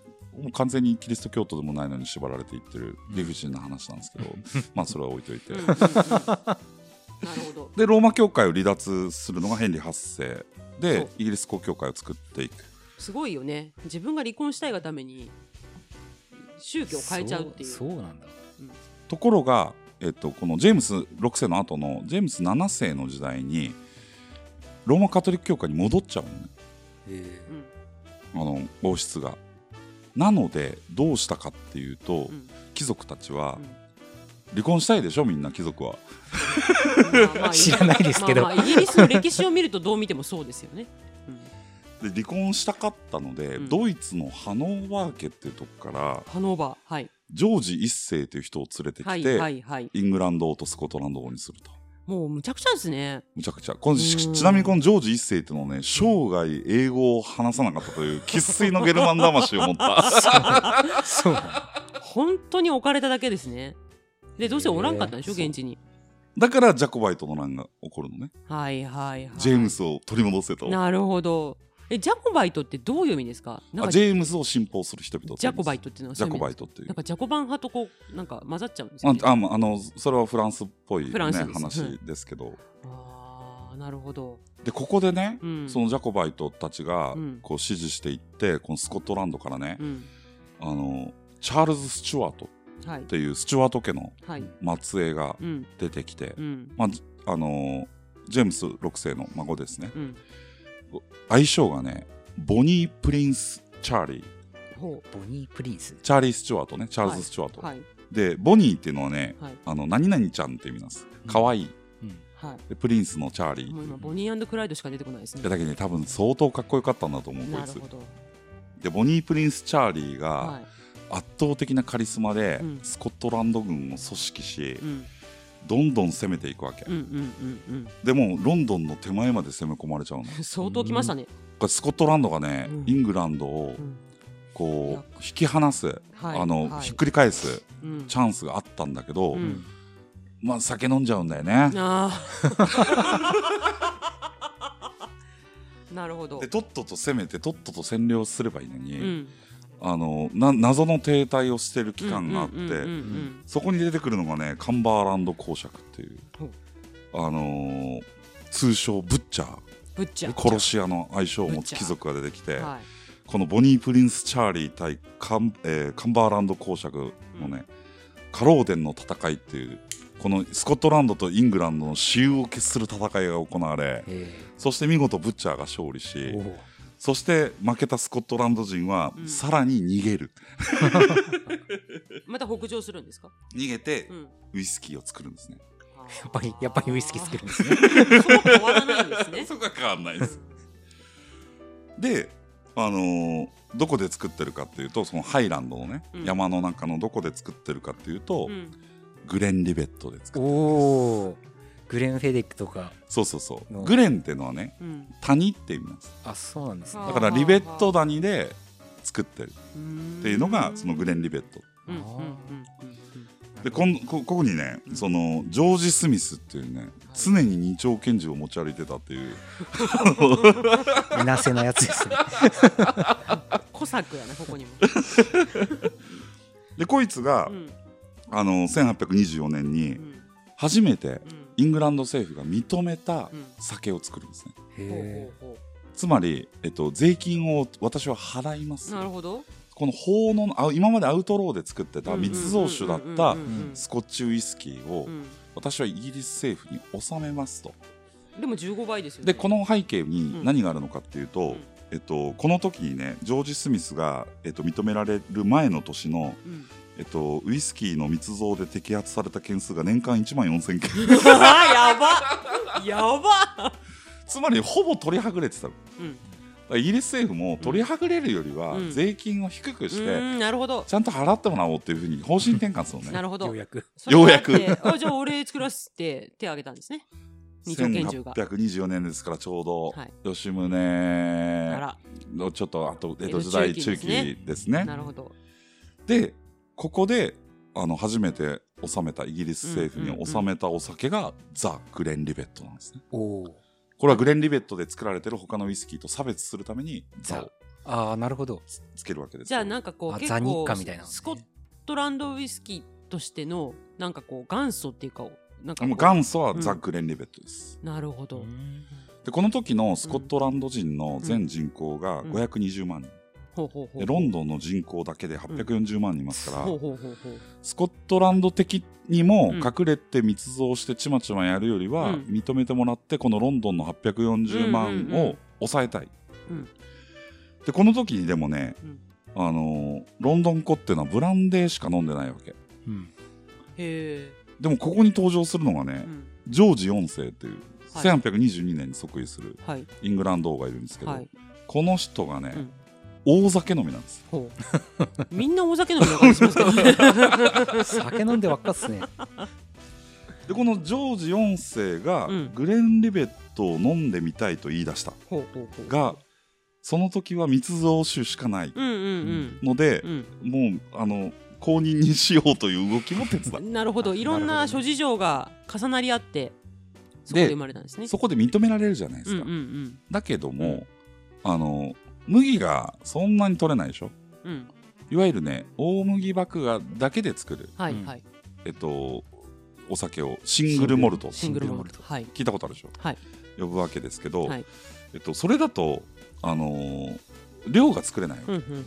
[SPEAKER 2] もう完全にキリスト教徒でもないのに縛られていってる理不尽な話なんですけ ど、まあそれは置いといて
[SPEAKER 1] うんうんうんな るほど
[SPEAKER 2] でローマ教会を離脱するのがヘンリー8世
[SPEAKER 1] そ
[SPEAKER 2] で
[SPEAKER 1] う
[SPEAKER 2] イギリス公教会を作っていく
[SPEAKER 1] すごいよね自分が離婚したいがために宗教を変えちゃうっていう
[SPEAKER 3] そうそうなんだ
[SPEAKER 2] ところがえっと、このジェームス6世の後のジェームス7世の時代にローマカトリック教会に戻っちゃうのね
[SPEAKER 3] え
[SPEAKER 1] うん
[SPEAKER 2] あの王室が。なのでどうしたかっていうと、
[SPEAKER 1] うん
[SPEAKER 2] 貴族たちは
[SPEAKER 1] うん
[SPEAKER 2] 離婚したいでしょみんな貴族は。
[SPEAKER 1] ま あまあ
[SPEAKER 3] 知らないですけど
[SPEAKER 1] まあまあイギリスの歴史を見るとどう見てもそうですよね。うん
[SPEAKER 2] で離婚したかったので、
[SPEAKER 1] うん
[SPEAKER 2] ドイツのハノーバー家っていうとこから
[SPEAKER 1] ハノーバー、はい、
[SPEAKER 2] ジョージ一世という人を連れてきて、
[SPEAKER 1] はい、はい、はい。
[SPEAKER 2] イングランド王とスコットランド王にすると。
[SPEAKER 1] もうむちゃくちゃですね。
[SPEAKER 2] むちゃくちゃこのし
[SPEAKER 1] うん
[SPEAKER 2] ちなみにこのジョージ一世っていうのはね生涯英語を話さなかったという生粋のゲルマン魂を持った
[SPEAKER 3] そうなの
[SPEAKER 1] 本当に置かれただけですね。で、どうせおらんかったんでしょ、
[SPEAKER 3] へえ
[SPEAKER 1] 現地に。
[SPEAKER 2] だからジャコバイトの乱が起こるのね
[SPEAKER 1] はい、はい、はい。
[SPEAKER 2] ジェームスを取り戻せと
[SPEAKER 1] なるほど。え、ジャコバイトってどういう意味ですか。なん
[SPEAKER 2] あ
[SPEAKER 1] か
[SPEAKER 2] ジェームスを信奉する人々
[SPEAKER 1] ジャコバイ
[SPEAKER 2] ト
[SPEAKER 1] トっていうのは
[SPEAKER 2] ジ
[SPEAKER 1] そう
[SPEAKER 2] ャ
[SPEAKER 1] いう
[SPEAKER 2] コ
[SPEAKER 1] 意味
[SPEAKER 2] バ
[SPEAKER 1] で
[SPEAKER 2] イトってい
[SPEAKER 1] す。
[SPEAKER 2] う
[SPEAKER 1] なんかジャコバン派とこう、なんか混ざっちゃうんです
[SPEAKER 2] あ
[SPEAKER 1] よ、ね。
[SPEAKER 2] あまあのそれはフランスっぽい、ね、
[SPEAKER 1] フランスです
[SPEAKER 2] 話ですけど、
[SPEAKER 1] あー、なるほど。
[SPEAKER 2] でここでね、
[SPEAKER 1] うん
[SPEAKER 2] そのジャコバイトたちが
[SPEAKER 1] うん
[SPEAKER 2] こう支持していってこのスコットランドからね
[SPEAKER 1] う、ん。
[SPEAKER 2] あのチャールズ・スチュワートっ
[SPEAKER 1] はい。
[SPEAKER 2] ていうスチュワート家の
[SPEAKER 1] はい。
[SPEAKER 2] 末裔が
[SPEAKER 1] うん。
[SPEAKER 2] 出てきて、
[SPEAKER 1] うん。
[SPEAKER 2] まあじあのージェームス6世の孫ですね
[SPEAKER 1] うん。
[SPEAKER 2] 相性がねボニー・プリンス・チャーリー
[SPEAKER 1] ほ
[SPEAKER 3] ボニー・プリンス
[SPEAKER 2] チャーリー・スチュワートねチャールズ・スチュワート、
[SPEAKER 1] う。はい。
[SPEAKER 2] でボニーっていうのはね
[SPEAKER 1] はい。
[SPEAKER 2] あの何々ちゃんっていう意味なんです可愛い
[SPEAKER 1] は
[SPEAKER 2] でプリンスのチャーリ
[SPEAKER 1] い。
[SPEAKER 2] ー
[SPEAKER 1] もう今ボニークライドしか出てこないですね。
[SPEAKER 2] だけに多分相当かっこよかったんだと思うこ
[SPEAKER 1] ないる
[SPEAKER 2] つ
[SPEAKER 1] ほど。
[SPEAKER 2] でボニー・プリンス・チャーリーが
[SPEAKER 1] は
[SPEAKER 2] 圧倒的なカリスマで
[SPEAKER 1] うん
[SPEAKER 2] スコットランド軍を組織し
[SPEAKER 1] い。うん。
[SPEAKER 2] どんどん攻めていくわけ
[SPEAKER 1] うんうんうん
[SPEAKER 2] でもうロンドンの手前まで攻め込まれち ゃうのこ
[SPEAKER 1] うん。相当きましたね。
[SPEAKER 2] れスコットランドがね
[SPEAKER 1] うん
[SPEAKER 2] イングランドを
[SPEAKER 1] うんい
[SPEAKER 2] こ
[SPEAKER 1] や
[SPEAKER 2] う引き離す
[SPEAKER 1] はい。
[SPEAKER 2] あの、
[SPEAKER 1] はい
[SPEAKER 2] ひっくり返す
[SPEAKER 1] うん
[SPEAKER 2] チャンスがあったんだけど、
[SPEAKER 1] う
[SPEAKER 3] うんん
[SPEAKER 2] まあ酒飲んじゃうんだよね。
[SPEAKER 1] あ あ。なるほど
[SPEAKER 2] で。とっとと攻めてとっとと占領すればいいのに、
[SPEAKER 1] うん。
[SPEAKER 2] あのな謎の停滞をしてる期間があって、
[SPEAKER 1] うんうんうんうん
[SPEAKER 2] そこに出てくるのがねカンバーランド公爵っていう
[SPEAKER 1] ほう、
[SPEAKER 2] あのー通称ブッチャ
[SPEAKER 1] ぶっちゃ
[SPEAKER 2] ー。殺し屋の愛称を持つ貴族が出てきて、
[SPEAKER 1] はい。
[SPEAKER 2] このボニー・プリンス・チャーリー対カン,、えーカンバーランド公爵のね、カローデンの戦いっていうこのスコットランドとイングランドの雌雄を決する戦いが行われ
[SPEAKER 3] え
[SPEAKER 2] そして見事ブッチャーが勝利
[SPEAKER 3] え
[SPEAKER 2] し
[SPEAKER 3] おお
[SPEAKER 2] そして負けたスコットランド人は
[SPEAKER 1] うん
[SPEAKER 2] さらに逃げる、
[SPEAKER 1] また北上するんですか。
[SPEAKER 2] 逃げて
[SPEAKER 1] うん。
[SPEAKER 2] ウイスキーを作るんですね、
[SPEAKER 1] や
[SPEAKER 3] やっぱりやっぱりウイスキー作るんですね
[SPEAKER 1] そう変わらないんですね。
[SPEAKER 2] そこは変わんないですであのーどこで作ってるかっていうとそのハイランドのね、
[SPEAKER 1] うん
[SPEAKER 2] 山の中のどこで作ってるかっていうと、
[SPEAKER 1] うん
[SPEAKER 2] グレンリベットで作って
[SPEAKER 3] お
[SPEAKER 2] る
[SPEAKER 3] おグレン・フェデックとか
[SPEAKER 2] そうそうそう、
[SPEAKER 3] うん
[SPEAKER 2] グレンっていうのはね
[SPEAKER 1] うん。
[SPEAKER 2] 谷って意味なんです
[SPEAKER 3] あそうなんですね
[SPEAKER 2] だからリベット谷で作ってる
[SPEAKER 1] うん
[SPEAKER 2] っていうのがそのグレンリベット
[SPEAKER 1] うんうんうんうん
[SPEAKER 2] でこんこここにねそのジョージ・スミスっていうね常に二丁拳銃を持ち歩いてたっていう
[SPEAKER 3] みなせなやつで すね
[SPEAKER 1] コサックやねここにも。
[SPEAKER 2] でこいつが
[SPEAKER 1] う、ん
[SPEAKER 2] あの1824年
[SPEAKER 1] う
[SPEAKER 2] に
[SPEAKER 1] ん
[SPEAKER 2] 初めて
[SPEAKER 1] うん
[SPEAKER 2] イングランド政府が認めた
[SPEAKER 1] うん
[SPEAKER 2] 酒を作るんですね
[SPEAKER 3] へ
[SPEAKER 1] ほうほうほ
[SPEAKER 2] つまり、えっと、税金を私は払います
[SPEAKER 1] うなるほど。
[SPEAKER 2] この法のあ今までアウトローで作ってた密造酒だった
[SPEAKER 1] うんうんうん
[SPEAKER 2] スコッチウイスキーを
[SPEAKER 1] うんうん
[SPEAKER 2] 私はイギリス政府に納めますと
[SPEAKER 1] でも15倍ですよね。
[SPEAKER 2] でこの背景
[SPEAKER 1] うん
[SPEAKER 2] に何があるのかっていうと、
[SPEAKER 1] ん
[SPEAKER 2] えっと、この時にねジョージ・スミスが、えっと、認められる前の年の、
[SPEAKER 1] うん。
[SPEAKER 2] えっと、ウイスキーの密造で摘発された件数が年間1万4000件
[SPEAKER 1] あやばやば
[SPEAKER 2] つまりほぼ取りはぐれてただか
[SPEAKER 1] うん
[SPEAKER 2] らイギリス政府も取りはぐれるよりは
[SPEAKER 1] うん
[SPEAKER 2] 税金を低くして、
[SPEAKER 1] うんなるほど
[SPEAKER 2] ちゃんと払ってもらおうっていうふうに方針転換するの
[SPEAKER 1] な
[SPEAKER 2] ね
[SPEAKER 1] るほ
[SPEAKER 3] えよ
[SPEAKER 1] ど
[SPEAKER 3] うやく
[SPEAKER 1] それもあって
[SPEAKER 2] ようや
[SPEAKER 1] あじゃあ俺作らせて手を挙げたんですね二丁拳銃が
[SPEAKER 2] 1824年ですからちょうど、
[SPEAKER 1] はい
[SPEAKER 2] 吉
[SPEAKER 1] あ
[SPEAKER 2] 宗
[SPEAKER 1] ら
[SPEAKER 2] のちょっとあと江戸時代中期ですね
[SPEAKER 1] なるほど
[SPEAKER 2] でここであの初めて納めたイギリス政府
[SPEAKER 1] うんうんう
[SPEAKER 2] に
[SPEAKER 1] ん
[SPEAKER 2] 納めたお酒がザ・グレンリベットなんですね。
[SPEAKER 3] おお
[SPEAKER 2] これはグレンリベットで作られてる他のウイスキーと差別するためにザを
[SPEAKER 3] ザああなるほど
[SPEAKER 2] つつけるわけです
[SPEAKER 1] じ
[SPEAKER 2] よ。
[SPEAKER 1] ゃあなんかこう
[SPEAKER 3] あ
[SPEAKER 1] 結
[SPEAKER 3] ザ
[SPEAKER 1] 構
[SPEAKER 3] 日課みたいなのね
[SPEAKER 1] スコットランドウイスキーとしてのなんかこう元祖っていうかなんかこ
[SPEAKER 2] もう
[SPEAKER 1] う
[SPEAKER 2] 元祖は
[SPEAKER 1] うん
[SPEAKER 2] ザ・グレンリベットです。
[SPEAKER 1] なるほど
[SPEAKER 3] うん
[SPEAKER 2] でこの時のスコットランド人の全人口が
[SPEAKER 1] うん
[SPEAKER 2] 520万人。
[SPEAKER 1] ほうほうほう
[SPEAKER 2] でロンドンの人口だけで840万人いますから、
[SPEAKER 1] ほうほうほうほう
[SPEAKER 2] スコットランド的にも
[SPEAKER 1] うん
[SPEAKER 2] 隠れて密造してちまちまやるよりは
[SPEAKER 1] うん
[SPEAKER 2] 認めてもらってこのロンドンの840万
[SPEAKER 1] うんうんう
[SPEAKER 2] を
[SPEAKER 1] ん
[SPEAKER 2] 抑えたい。
[SPEAKER 1] うん
[SPEAKER 2] でこの時にでもね、
[SPEAKER 1] うん
[SPEAKER 2] あのーロンドン粉っていうのはブランデーしか飲んでないわけ
[SPEAKER 3] うん
[SPEAKER 1] へ
[SPEAKER 2] でもここに登場するのが
[SPEAKER 1] え、
[SPEAKER 2] ね
[SPEAKER 1] う、ん、
[SPEAKER 2] ジョージ4世っていう
[SPEAKER 1] はい
[SPEAKER 2] 1822年に即位する
[SPEAKER 1] はい
[SPEAKER 2] イングランド王がいるんですけど、
[SPEAKER 1] はい
[SPEAKER 2] この人がね、
[SPEAKER 1] うん
[SPEAKER 2] 大酒飲みなんです
[SPEAKER 1] ほうみんなお酒飲みながらしますけどね
[SPEAKER 3] 酒飲んでばっかっすね
[SPEAKER 2] でこのジョージ4世が
[SPEAKER 1] うん
[SPEAKER 2] グレン・リベットを飲んでみたいと言い出した
[SPEAKER 1] ほうほうほう
[SPEAKER 2] がその時は密造酒しかない
[SPEAKER 1] うんうん
[SPEAKER 2] ので
[SPEAKER 1] うん、うん
[SPEAKER 2] もうあの公認にしようという動きも手伝
[SPEAKER 1] なるほどいろん
[SPEAKER 3] なる
[SPEAKER 1] な
[SPEAKER 3] ほど
[SPEAKER 1] 諸
[SPEAKER 3] ね
[SPEAKER 1] 事情が重なり合ってそこで生まれたんですね
[SPEAKER 2] うそこで認められるじゃないで
[SPEAKER 1] うん
[SPEAKER 2] す
[SPEAKER 1] う
[SPEAKER 2] か、
[SPEAKER 1] ん
[SPEAKER 2] だけどもあの麦がそんなに取れないでしょ
[SPEAKER 1] うんうん
[SPEAKER 2] いわゆるね大麦麦芽だけで作る
[SPEAKER 1] は
[SPEAKER 3] う
[SPEAKER 1] い
[SPEAKER 3] ん
[SPEAKER 1] はい
[SPEAKER 2] えっとお酒をシングルモルト
[SPEAKER 1] シングルモルトはい
[SPEAKER 2] 聞いたことあるでしょ、
[SPEAKER 1] はい
[SPEAKER 2] 呼ぶわけですけど、
[SPEAKER 1] はい
[SPEAKER 2] えっと、それだと、あのー量が作れないわけ、
[SPEAKER 1] うんうん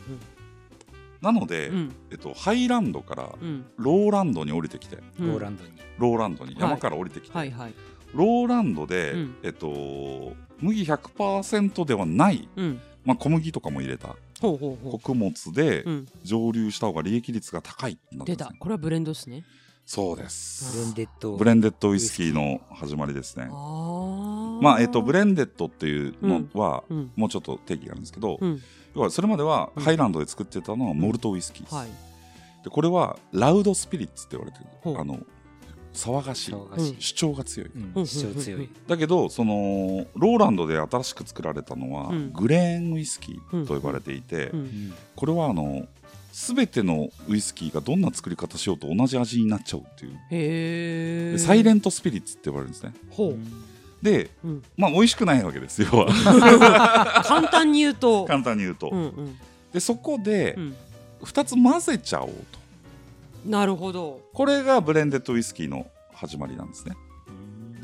[SPEAKER 2] なので、
[SPEAKER 1] うんうん
[SPEAKER 2] えっと、ハイランドから
[SPEAKER 1] うん
[SPEAKER 2] ローランドに降りてきて
[SPEAKER 1] う
[SPEAKER 3] ロ
[SPEAKER 1] ん
[SPEAKER 3] ーランドに
[SPEAKER 2] ローランドに
[SPEAKER 1] はい
[SPEAKER 2] 山から降りてきて、
[SPEAKER 1] はいはい
[SPEAKER 2] ローランドで、
[SPEAKER 1] うん
[SPEAKER 2] えっと、麦100%ではない、
[SPEAKER 1] うん
[SPEAKER 2] まあ、小麦とかも入れた
[SPEAKER 1] ほうほうほ
[SPEAKER 2] 穀物で
[SPEAKER 1] ううん
[SPEAKER 2] 蒸留した方が利益率が高いってなって
[SPEAKER 1] 出
[SPEAKER 2] ます
[SPEAKER 1] た
[SPEAKER 2] ね
[SPEAKER 1] これはブレンドですね
[SPEAKER 2] そうで
[SPEAKER 3] ブレン
[SPEAKER 2] す
[SPEAKER 3] デッド
[SPEAKER 2] ブレンデッドウイスキーの始まりですね
[SPEAKER 1] ああ
[SPEAKER 2] まあえっと、ブレンデッドっていうのは、
[SPEAKER 1] うん
[SPEAKER 2] もうちょっと定義があるんですけど、
[SPEAKER 1] うん
[SPEAKER 2] 要はそれまでは
[SPEAKER 1] うん
[SPEAKER 2] ハイランドで作ってたのはモルトウイスキーです、
[SPEAKER 1] はい
[SPEAKER 2] でこれはラウドスピリッツって言われて
[SPEAKER 1] ほう
[SPEAKER 2] るあの騒がしい
[SPEAKER 3] 騒がしい
[SPEAKER 2] 主張が強い、
[SPEAKER 3] うん主張強い
[SPEAKER 2] だけどそのローランドで新しく作られたのは、
[SPEAKER 1] うん
[SPEAKER 2] グレーンウイスキーと呼ばれていて、
[SPEAKER 1] うん
[SPEAKER 2] これはあの全てのウイスキーがどんな作り方しようと同じ味になっちゃうっていう、
[SPEAKER 1] へ
[SPEAKER 2] で
[SPEAKER 1] え
[SPEAKER 2] サイレントスピリッツって呼ばれるんですね
[SPEAKER 1] ほう
[SPEAKER 2] で
[SPEAKER 1] うん
[SPEAKER 2] まあ美味しくないわけですよ 要は
[SPEAKER 1] 簡単に言うと
[SPEAKER 2] 簡単に言うと、
[SPEAKER 1] うんうん
[SPEAKER 2] でそこで
[SPEAKER 1] うん
[SPEAKER 2] 2つ混ぜちゃおうと
[SPEAKER 1] なるほど
[SPEAKER 2] これがブレンデッドウイスキーの始まりなんですね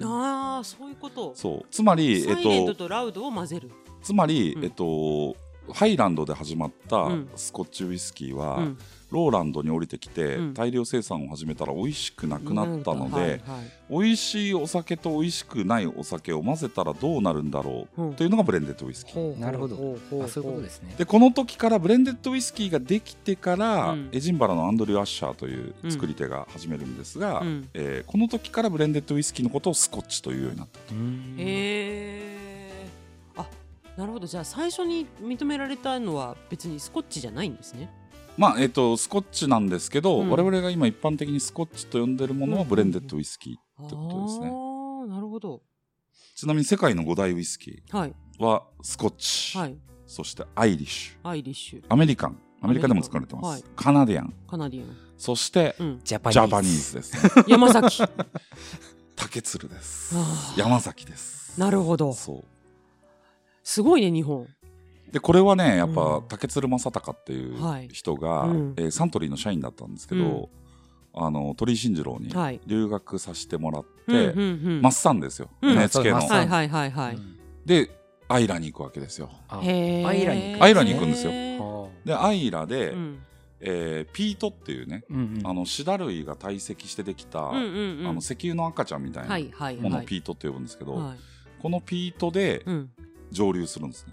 [SPEAKER 1] ああそういうこと
[SPEAKER 2] そうつまり、え
[SPEAKER 1] サイレン
[SPEAKER 2] っ
[SPEAKER 1] ト
[SPEAKER 2] と、
[SPEAKER 1] とラウドを混ぜる
[SPEAKER 2] つまり、
[SPEAKER 1] うん
[SPEAKER 2] えっと、ハイランドで始まった
[SPEAKER 1] うん
[SPEAKER 2] スコッチウイスキーは、
[SPEAKER 1] うん
[SPEAKER 2] ローランドに降りてきて、
[SPEAKER 1] うん
[SPEAKER 2] 大量生産を始めたら美味しくなくなったので、
[SPEAKER 1] はいはい
[SPEAKER 2] 美味しいお酒と美味しくないお酒を混ぜたらどうなるんだろう、
[SPEAKER 1] うん
[SPEAKER 2] というのがブレンデッドウイスキー。
[SPEAKER 1] ほうほうほう
[SPEAKER 3] なるほど
[SPEAKER 1] ほほ
[SPEAKER 3] あそういうことですね
[SPEAKER 2] でこの時からブレンデッドウイスキーができてから、
[SPEAKER 1] うん
[SPEAKER 2] エジンバラのアンドリュー・アッシャーという作り手が始めるんですが、
[SPEAKER 1] うん
[SPEAKER 2] えーこの時からブレンデッドウイスキーのことをスコッチというようになった。
[SPEAKER 1] へえあなるほどじゃあ最初に認められたのは別にスコッチじゃないんですね
[SPEAKER 2] まあえっとスコッチなんですけど、
[SPEAKER 1] うん
[SPEAKER 2] 我々が今一般的にスコッチと呼んでるものはブレンデッドウイスキー、
[SPEAKER 1] あ
[SPEAKER 2] てことですね
[SPEAKER 1] ーなるほど
[SPEAKER 2] ちなみに世界の五大ウイスキ
[SPEAKER 1] はい
[SPEAKER 2] ーはスコッチ、
[SPEAKER 1] はい
[SPEAKER 2] そしてアイリッシュ
[SPEAKER 1] アイリッシュ
[SPEAKER 2] アメリカンアメリカでも使われてます、
[SPEAKER 1] はい
[SPEAKER 2] カナディアン
[SPEAKER 1] カナディアン、
[SPEAKER 2] そして
[SPEAKER 1] うん、
[SPEAKER 3] ジャパニ
[SPEAKER 2] ジ
[SPEAKER 3] ー
[SPEAKER 2] ャ
[SPEAKER 3] ズ
[SPEAKER 2] パニーズです ね
[SPEAKER 1] 山崎あ
[SPEAKER 2] 竹鶴です
[SPEAKER 1] あ
[SPEAKER 2] 山崎です
[SPEAKER 1] なるほど
[SPEAKER 2] そ
[SPEAKER 1] すごいね日本
[SPEAKER 2] うでこれはねやっぱ、
[SPEAKER 1] うん
[SPEAKER 2] 竹鶴正隆っていう
[SPEAKER 1] はい
[SPEAKER 2] 人が、
[SPEAKER 1] うん
[SPEAKER 2] えーサントリーの社員だったんですけど、あの鳥居慎次郎に
[SPEAKER 1] はい
[SPEAKER 2] 留学させてもらって、
[SPEAKER 1] うんうんうん
[SPEAKER 2] マッサンですよ、
[SPEAKER 1] うん
[SPEAKER 2] NHK の、
[SPEAKER 3] そうマッサン
[SPEAKER 1] はいはいはいはい、
[SPEAKER 2] でアイラに行くわけですよ
[SPEAKER 1] へえ
[SPEAKER 3] アイラに
[SPEAKER 2] アイラに行くんですよ
[SPEAKER 3] あ
[SPEAKER 2] でアイラで、
[SPEAKER 1] うん
[SPEAKER 2] えーピートっていうねあのシダ類が堆積してできた、
[SPEAKER 1] うんうんうん
[SPEAKER 2] あの石油の赤ちゃんみた
[SPEAKER 1] はいいはい
[SPEAKER 2] なもの
[SPEAKER 1] は
[SPEAKER 2] を
[SPEAKER 1] い
[SPEAKER 2] ピートって呼ぶんですけど、
[SPEAKER 1] はい
[SPEAKER 2] このピートで
[SPEAKER 1] うん、
[SPEAKER 2] 蒸留するんですね、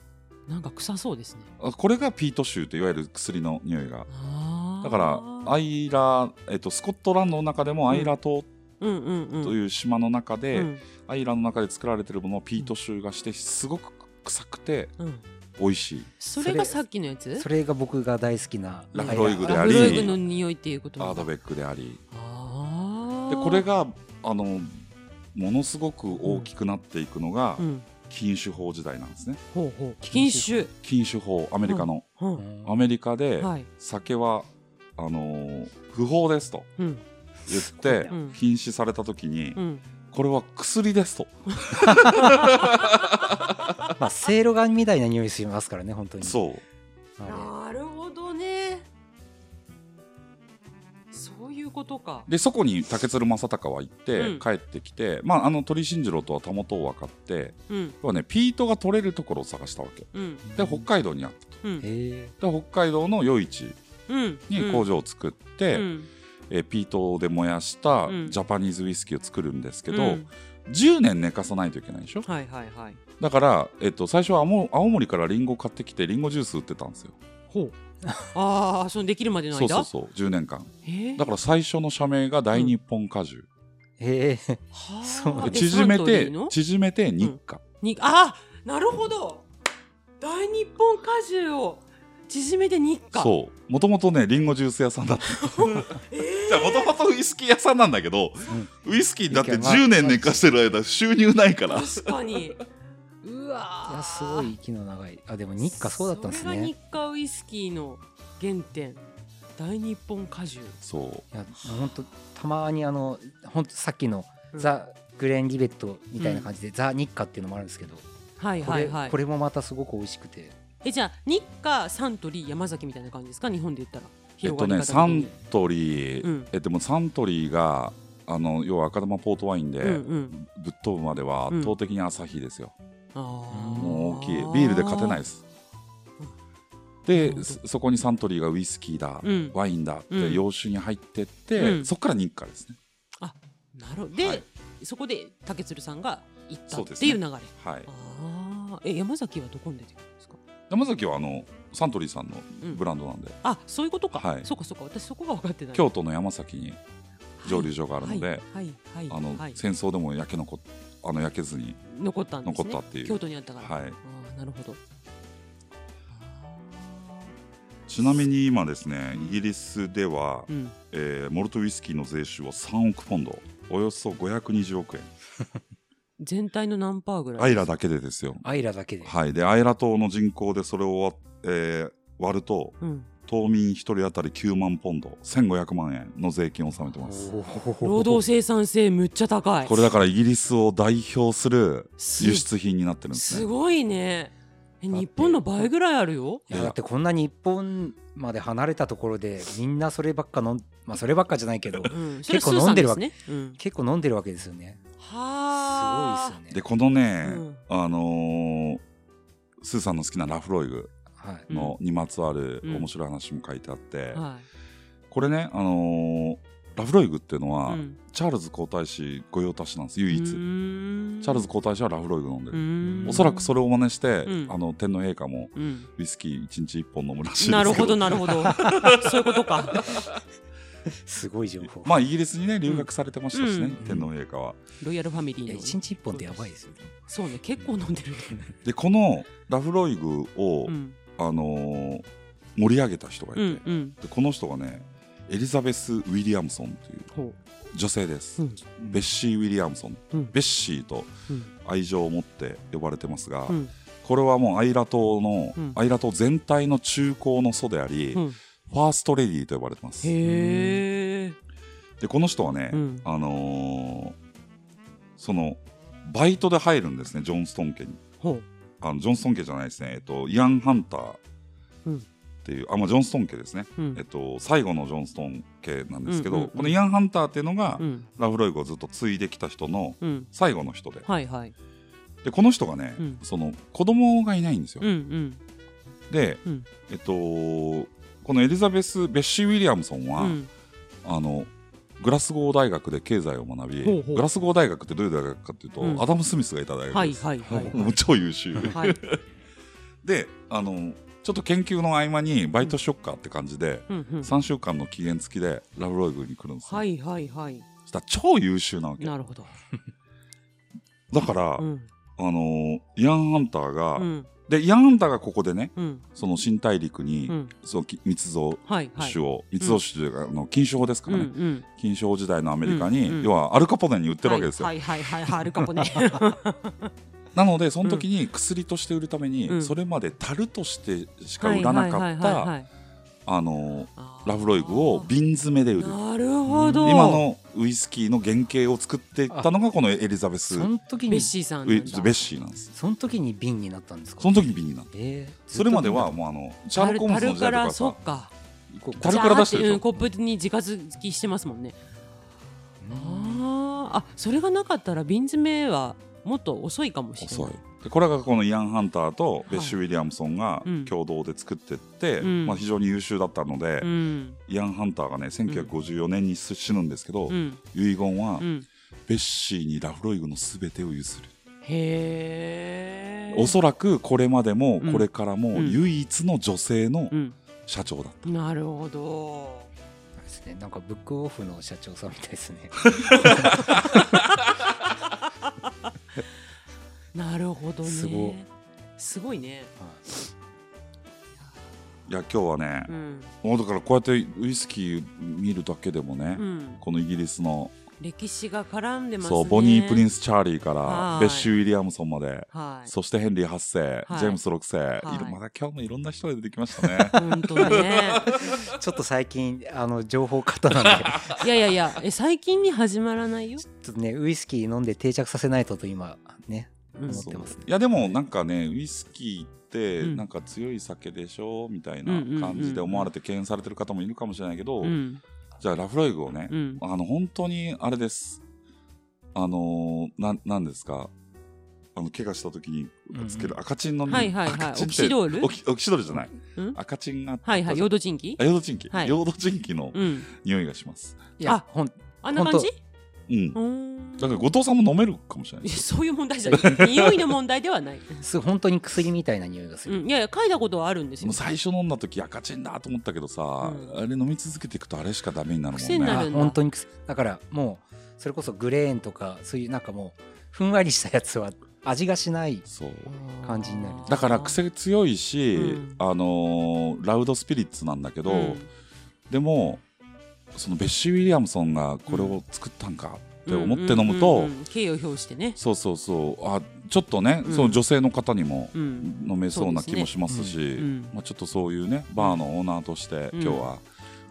[SPEAKER 1] なんか臭そうですね
[SPEAKER 2] あこれがピート臭といわゆる薬の匂いが
[SPEAKER 1] あー
[SPEAKER 2] だからアイラ、えっと、スコットランドの中でもアイラ島
[SPEAKER 1] うんうんうん
[SPEAKER 2] という島の中で、
[SPEAKER 1] うん
[SPEAKER 2] アイラの中で作られてるものをピート臭がしてすごく臭くて
[SPEAKER 1] うん、
[SPEAKER 2] 美味しい
[SPEAKER 1] それがさっきのやつ
[SPEAKER 3] それが僕が大好きな
[SPEAKER 2] ラフロイグで
[SPEAKER 1] ラ
[SPEAKER 2] あ
[SPEAKER 1] ブ
[SPEAKER 2] り
[SPEAKER 1] ロイグの匂いっていうことな
[SPEAKER 2] アー
[SPEAKER 1] んだ
[SPEAKER 2] ドベックであり
[SPEAKER 1] あ
[SPEAKER 2] でこれ、があのものすごく大きくなっていくのが
[SPEAKER 1] うん、
[SPEAKER 2] 禁酒法時代なんですね
[SPEAKER 1] ほうほう禁酒、
[SPEAKER 2] 禁酒法アメリカの、
[SPEAKER 1] うん
[SPEAKER 2] アメリカで
[SPEAKER 1] はい、
[SPEAKER 2] 酒はあのー不法ですと
[SPEAKER 1] うん
[SPEAKER 2] 言って
[SPEAKER 1] うん
[SPEAKER 2] 禁止された時に、
[SPEAKER 1] うん、
[SPEAKER 2] これは薬ですと、
[SPEAKER 3] まあ、せいろがみたいな匂いしますからね、本当に。
[SPEAKER 2] そう
[SPEAKER 3] あ
[SPEAKER 1] なるほどねそういうことか
[SPEAKER 2] でそこに竹鶴正隆は行って、
[SPEAKER 1] うん
[SPEAKER 2] 帰ってきて、まあ、あの鳥居慎次郎とはたもとを分かって
[SPEAKER 1] うん
[SPEAKER 2] 要は、ね、ピートが取れるところを探したわけ
[SPEAKER 1] うん
[SPEAKER 2] で北海道にあったと
[SPEAKER 1] うん
[SPEAKER 3] え
[SPEAKER 2] で北海道の余市
[SPEAKER 1] うん
[SPEAKER 2] に工場を作って、
[SPEAKER 1] うん
[SPEAKER 2] えーピートで燃やした
[SPEAKER 1] うん
[SPEAKER 2] ジャパニーズウイスキーを作るんですけど、
[SPEAKER 1] うん
[SPEAKER 2] 10年寝かさないといけないでしょ
[SPEAKER 1] はいはいはい
[SPEAKER 2] だから、えっと、最初は青青森からリンゴ買ってきてリンゴジュース売ってたんですよ
[SPEAKER 1] ほうああそのできるまでの
[SPEAKER 2] そう
[SPEAKER 1] 間
[SPEAKER 2] そうそう10年間
[SPEAKER 1] えー
[SPEAKER 2] だから最初の社名が大日本果汁、
[SPEAKER 3] えー、
[SPEAKER 1] はあ
[SPEAKER 3] そう
[SPEAKER 1] え
[SPEAKER 2] で縮め
[SPEAKER 1] サントリ
[SPEAKER 2] て
[SPEAKER 1] ーの
[SPEAKER 2] 縮めて日課、
[SPEAKER 1] にあーなるほど大日本果汁を縮めて日課
[SPEAKER 2] そうもともとねリンゴジュース屋さ んだったじゃあもともとウイスキー屋さんなんだけど、ウイスキーだって
[SPEAKER 3] いやまあ
[SPEAKER 2] 10年寝かしてる間収入ないから
[SPEAKER 1] 確かにうわー
[SPEAKER 3] いやすごい息の長いあでも日課そうだったんです
[SPEAKER 1] それが
[SPEAKER 3] ね
[SPEAKER 1] 日課ウイスキーの原点大日本果汁
[SPEAKER 2] そう
[SPEAKER 3] いや本当たまにあの本当さっきの、
[SPEAKER 1] うん
[SPEAKER 3] ザ・グレン・リベットみたいな感じで、ザ・日課っていうのもあるんですけど、
[SPEAKER 1] はい
[SPEAKER 3] これ
[SPEAKER 1] はいはい
[SPEAKER 3] これもまたすごく美味しくて
[SPEAKER 1] えじゃあ日課サントリー山崎みたいな感じですか日本で言ったら
[SPEAKER 2] えっ
[SPEAKER 1] 広が
[SPEAKER 2] と
[SPEAKER 1] り
[SPEAKER 2] ね
[SPEAKER 1] 方
[SPEAKER 2] サ
[SPEAKER 1] 的に
[SPEAKER 2] ントリー、
[SPEAKER 1] うん
[SPEAKER 2] えでもサントリーがあの要は赤玉ポートワインで
[SPEAKER 1] うんうん
[SPEAKER 2] ぶっ飛ぶまでは
[SPEAKER 1] うん
[SPEAKER 2] 圧倒的に朝日ですよ、
[SPEAKER 1] あー
[SPEAKER 2] もう大きいビールで勝てないです
[SPEAKER 1] なるほ
[SPEAKER 2] で
[SPEAKER 1] ど
[SPEAKER 2] そそこにサントリーがウイスキーだ、
[SPEAKER 1] うん
[SPEAKER 2] ワインだっ
[SPEAKER 1] う
[SPEAKER 2] て
[SPEAKER 1] ん
[SPEAKER 2] 洋酒に入ってって、
[SPEAKER 1] うん
[SPEAKER 2] そこから日課ですね
[SPEAKER 1] なるほどで、
[SPEAKER 2] はい
[SPEAKER 1] そこで竹鶴さんが行った
[SPEAKER 2] そ
[SPEAKER 1] っ
[SPEAKER 2] うです
[SPEAKER 1] て
[SPEAKER 2] ね
[SPEAKER 1] いう流れ
[SPEAKER 2] はい
[SPEAKER 1] ああえ山崎はどこに出てくるんですか
[SPEAKER 2] 山崎はあのサントリーさんのブランドなんで、
[SPEAKER 1] あそういうことか、
[SPEAKER 2] はい
[SPEAKER 1] そうかそうか私そこが分かってない
[SPEAKER 2] 京都の山崎に蒸留所があるので、
[SPEAKER 1] はいはいはい
[SPEAKER 2] あの
[SPEAKER 1] はい、
[SPEAKER 2] 戦争でも焼け残っあの焼けずに、
[SPEAKER 1] 残ったんですね
[SPEAKER 2] 残ったっていう
[SPEAKER 1] 京都にあったから、
[SPEAKER 2] はい、
[SPEAKER 1] ああなるほど
[SPEAKER 2] ちなみに今ですねイギリスでは、
[SPEAKER 1] うん
[SPEAKER 2] えーモルトウイスキーの税収は3億ポンドおよそ520億円
[SPEAKER 1] 全体の何パーぐらい
[SPEAKER 2] アイラだけでですよ
[SPEAKER 3] アイラだけで、
[SPEAKER 2] はいでアイラ島の人口でそれを割,、えー割ると
[SPEAKER 1] うん、
[SPEAKER 2] 島民1人当たり9万ポンド1500万円の税金を納めてます
[SPEAKER 1] 労働生産性むっちゃ高い
[SPEAKER 2] これだからイギリスを代表する
[SPEAKER 1] す
[SPEAKER 2] 輸出品になってるんです
[SPEAKER 1] す
[SPEAKER 2] ね
[SPEAKER 1] ごいねえ
[SPEAKER 3] だって
[SPEAKER 1] 日本の倍ぐらいあるよ
[SPEAKER 3] いやだってこんな日本まで離れたところでみんなそればっか飲んまあそればっかじゃない けど
[SPEAKER 1] うん、それ
[SPEAKER 3] 結構
[SPEAKER 1] スーさ
[SPEAKER 3] 飲んでるわ
[SPEAKER 1] ですね、うん、
[SPEAKER 3] 結構飲んでるわけですよね
[SPEAKER 1] はあ
[SPEAKER 3] すごいです
[SPEAKER 2] で
[SPEAKER 3] よね
[SPEAKER 2] このね、
[SPEAKER 1] うん
[SPEAKER 2] あのースーさんの好きなラフロイグ
[SPEAKER 3] はい
[SPEAKER 2] のにまつわる
[SPEAKER 1] うん
[SPEAKER 2] 面白い話も書いてあって、
[SPEAKER 1] はい
[SPEAKER 2] これね、あのーラフロイグっていうのは、
[SPEAKER 1] うん
[SPEAKER 2] チャールズ皇太子御用達なんです唯一、
[SPEAKER 1] う
[SPEAKER 2] チ
[SPEAKER 1] ーん
[SPEAKER 2] ャールズ皇太子はラフロイグ飲んで
[SPEAKER 1] う
[SPEAKER 2] る、
[SPEAKER 1] ーん
[SPEAKER 2] おそらくそれを真似して、
[SPEAKER 1] うん
[SPEAKER 2] あの天皇陛下も
[SPEAKER 1] うん
[SPEAKER 2] ウイスキー1日1本飲むらしいですけど
[SPEAKER 1] なるほどなるほど そういうことか
[SPEAKER 3] すごい情報、
[SPEAKER 2] まあイギリスにね留学されてましたしね、
[SPEAKER 1] うん
[SPEAKER 2] 天皇陛下は、
[SPEAKER 1] ロイヤルファミリ
[SPEAKER 3] い
[SPEAKER 1] ー
[SPEAKER 3] や
[SPEAKER 1] の
[SPEAKER 3] 一日一本ってやばいですよね
[SPEAKER 1] そうね結構飲んでる
[SPEAKER 2] でこのラフロイグを、
[SPEAKER 1] うん
[SPEAKER 2] あのー盛り上げた人がいて、
[SPEAKER 1] うんうん
[SPEAKER 2] でこの人がねエリザベス・ウィリアムソンという
[SPEAKER 1] ほ
[SPEAKER 2] 女性です、
[SPEAKER 1] ううん
[SPEAKER 2] ベッシー・ウィリアムソン、
[SPEAKER 1] うん
[SPEAKER 2] ベッシーと
[SPEAKER 1] うん
[SPEAKER 2] 愛情を持って呼ばれてますが、
[SPEAKER 1] うん
[SPEAKER 2] これはもうアイラ島の、
[SPEAKER 1] うん
[SPEAKER 2] アイラ島全体の中高の祖であり、
[SPEAKER 1] う
[SPEAKER 2] フ
[SPEAKER 1] ん
[SPEAKER 2] ァーストレディーと呼ばれてます
[SPEAKER 1] へえ
[SPEAKER 2] でこの人はね、
[SPEAKER 1] うん
[SPEAKER 2] あのーそのバイトで入るんですねジョンストン家に
[SPEAKER 1] ほ
[SPEAKER 2] あのジョンストン家じゃないですね、えっと、イアン・ハンター
[SPEAKER 1] うん
[SPEAKER 2] っていう、あまあ、ジョンストン家ですね、
[SPEAKER 1] ううん
[SPEAKER 2] えっと、最後のジョンストン家なんですけど、
[SPEAKER 1] うんうんうん
[SPEAKER 2] このイアン・ハンターっていうのが、
[SPEAKER 1] うん
[SPEAKER 2] ラフロイグをずっと継いできた人の
[SPEAKER 1] うん
[SPEAKER 2] 最後の人で
[SPEAKER 1] はいはい
[SPEAKER 2] でこの人がね、
[SPEAKER 1] うん
[SPEAKER 2] その子供がいないんですよ、
[SPEAKER 1] うんうん
[SPEAKER 2] で、
[SPEAKER 1] うん
[SPEAKER 2] えっとこのエリザベス・ベッシー・ウィリアムソンは、
[SPEAKER 1] うん
[SPEAKER 2] あのグラスゴー大学で経済を学び
[SPEAKER 1] ほうほう
[SPEAKER 2] グラスゴー大学ってどういう大学かっていうと、
[SPEAKER 1] うん
[SPEAKER 2] アダム・スミスがいた大
[SPEAKER 1] は
[SPEAKER 2] 学
[SPEAKER 1] い
[SPEAKER 2] です、
[SPEAKER 1] はい はい
[SPEAKER 2] もう超優秀
[SPEAKER 1] はい
[SPEAKER 2] であのちょっと研究の合間にバイトしよっかって感じで、
[SPEAKER 1] うんうん
[SPEAKER 2] 3週間の期限付きでラフロイグに来るんですよ、
[SPEAKER 1] はいはいはい
[SPEAKER 2] そしたら超優秀なわけ
[SPEAKER 1] なるほど
[SPEAKER 2] だから、
[SPEAKER 1] うん
[SPEAKER 2] あのイアン・ハンターが、
[SPEAKER 1] うん
[SPEAKER 2] でイアン・ハンターがここでね
[SPEAKER 1] うん
[SPEAKER 2] その新大陸に、
[SPEAKER 1] うん
[SPEAKER 2] そのき密造
[SPEAKER 1] はいはい
[SPEAKER 2] 酒を、密造酒というか、あの禁酒法ですか
[SPEAKER 1] うん
[SPEAKER 2] ら
[SPEAKER 1] う
[SPEAKER 2] ね、
[SPEAKER 1] ん
[SPEAKER 2] 禁酒法時代のアメリカに、
[SPEAKER 1] うんうん
[SPEAKER 2] 要はアルカポネに売ってるわけですよ、
[SPEAKER 1] はいはいはいはいあるか もね
[SPEAKER 2] なのでその時に薬として売るために、
[SPEAKER 1] うん
[SPEAKER 2] それまで樽としてしか売らなかったあのラフロイグを瓶詰めで売る
[SPEAKER 1] なるほど
[SPEAKER 2] 今のウイスキーの原型を作っていったのがこのエリザベス・
[SPEAKER 3] そ
[SPEAKER 2] ウ
[SPEAKER 3] の時
[SPEAKER 1] ベ
[SPEAKER 3] に
[SPEAKER 1] ッシーさんなん
[SPEAKER 2] ィ
[SPEAKER 1] だ
[SPEAKER 2] ベッシーなんです
[SPEAKER 3] その時に瓶になったんですか
[SPEAKER 2] その時に瓶になった
[SPEAKER 3] えー
[SPEAKER 2] それまではもうあのシャーロック・ホームズの時
[SPEAKER 1] 樽か
[SPEAKER 2] 代とから
[SPEAKER 1] そ
[SPEAKER 2] さ
[SPEAKER 1] っか
[SPEAKER 2] 樽から出してるでし
[SPEAKER 1] うん
[SPEAKER 2] ょ
[SPEAKER 1] コップに直付きしてますもんねあーあそれがなかったら瓶詰めはもっと遅いかもしれない
[SPEAKER 2] 遅いでこれがこのイアン・ハンターとベッシュ・
[SPEAKER 1] は
[SPEAKER 2] ウィリアムソンが
[SPEAKER 1] うん
[SPEAKER 2] 共同で作ってって、
[SPEAKER 1] うん
[SPEAKER 2] まあ、非常に優秀だったので、
[SPEAKER 1] うん
[SPEAKER 2] イアン・ハンターがね1954年に死ぬんですけど、
[SPEAKER 1] うん
[SPEAKER 2] 遺言は、
[SPEAKER 1] うん
[SPEAKER 2] ベッシーにラフロイグの全てを譲る、
[SPEAKER 1] へえ
[SPEAKER 2] おそらくこれまでも
[SPEAKER 1] うん
[SPEAKER 2] これからも
[SPEAKER 1] うん
[SPEAKER 2] 唯一の女性の
[SPEAKER 1] うん
[SPEAKER 2] 社長だっ
[SPEAKER 1] なるほど
[SPEAKER 3] あれですねなんかブックオフの社長さんみたいですね
[SPEAKER 1] なるほどね
[SPEAKER 3] すご
[SPEAKER 1] すごいね
[SPEAKER 3] はい
[SPEAKER 2] たいや今日はね
[SPEAKER 1] う、ん
[SPEAKER 2] もうだからこうやってウイスキー見るだけでもね、
[SPEAKER 1] うん
[SPEAKER 2] このイギリスの、
[SPEAKER 1] 歴史が絡んでますね
[SPEAKER 2] そうボニー・プリン
[SPEAKER 1] ス
[SPEAKER 2] ス・チャーリーか
[SPEAKER 1] は
[SPEAKER 2] ら
[SPEAKER 1] い
[SPEAKER 2] ベッシュ・ウィリアムソンまで、
[SPEAKER 1] はい
[SPEAKER 2] そしてヘンリー8世、
[SPEAKER 1] はい
[SPEAKER 2] ジェームス6世、
[SPEAKER 1] はい
[SPEAKER 2] いろまた今日もいろんな人が出てきまし たね
[SPEAKER 1] 本当だね
[SPEAKER 3] ちょっと最近あの情報過多 なんで
[SPEAKER 1] いやいやいやえ最近に始まらないよ、
[SPEAKER 3] ちょっとねウイスキー飲んで定着させないとと今ね
[SPEAKER 1] うん
[SPEAKER 3] 思ってます
[SPEAKER 2] いやでもなんかねウイスキーって
[SPEAKER 1] うん
[SPEAKER 2] なんか強い酒でしょみたい
[SPEAKER 1] うん
[SPEAKER 2] な
[SPEAKER 1] うんうんうん
[SPEAKER 2] 感じで思われて敬遠されてる方もいるかもしれないけど、
[SPEAKER 1] うん
[SPEAKER 2] じゃあラフロイグをね、
[SPEAKER 1] うん
[SPEAKER 2] あの本当にあれですあのー、ななんですかあの怪我した時につける赤チンのね、
[SPEAKER 1] はいはいはい
[SPEAKER 2] 赤チンって
[SPEAKER 1] オキシドール
[SPEAKER 2] オキオキシドールじゃない
[SPEAKER 1] うん
[SPEAKER 2] 赤チンがあった
[SPEAKER 1] はいはいヨードチンキ
[SPEAKER 2] あヨードチンキ、
[SPEAKER 1] はい
[SPEAKER 2] ヨードチンキの
[SPEAKER 1] うん
[SPEAKER 2] 匂いがします
[SPEAKER 3] い
[SPEAKER 1] あ
[SPEAKER 3] やほん
[SPEAKER 1] あんな感じ
[SPEAKER 2] うん
[SPEAKER 1] うーん
[SPEAKER 2] だから後藤さんも飲めるかもしれない
[SPEAKER 1] いやそういう問題じゃ ない匂いの問題ではない、
[SPEAKER 3] す本当に薬みたいな匂いがす
[SPEAKER 1] う
[SPEAKER 3] る、
[SPEAKER 1] ん、いやいや書いたことはあるんです
[SPEAKER 2] そ
[SPEAKER 1] よ
[SPEAKER 2] の最初飲んだ時赤チンだと思ったけどさ、
[SPEAKER 1] うん
[SPEAKER 2] あれ飲み続けていくとあれしかダメになるもんね
[SPEAKER 1] 癖にな
[SPEAKER 3] あ
[SPEAKER 1] るんだ
[SPEAKER 3] 本当に薬だからもうそれこそグレーンとかそういうなんかもうふんわりしたやつは味がしない
[SPEAKER 2] そう
[SPEAKER 3] 感じになる
[SPEAKER 2] だから癖強いし、
[SPEAKER 1] うん
[SPEAKER 2] あのーラウドスピリッツなんだけど、
[SPEAKER 1] うん
[SPEAKER 2] でもそのベッシー・ウィリアムソンがこれを作ったんかって思って飲むと、
[SPEAKER 1] うんうんうんうん敬意を表してね、
[SPEAKER 2] そうそうそうあちょっとね、
[SPEAKER 1] うん
[SPEAKER 2] その女性の方にも
[SPEAKER 1] うん
[SPEAKER 2] 飲めそうな
[SPEAKER 1] そうです
[SPEAKER 2] 気
[SPEAKER 1] ね
[SPEAKER 2] もしますし
[SPEAKER 1] うん
[SPEAKER 2] まあ、ちょっとそういうねバーのオーナーとして、
[SPEAKER 1] うん
[SPEAKER 2] 今日は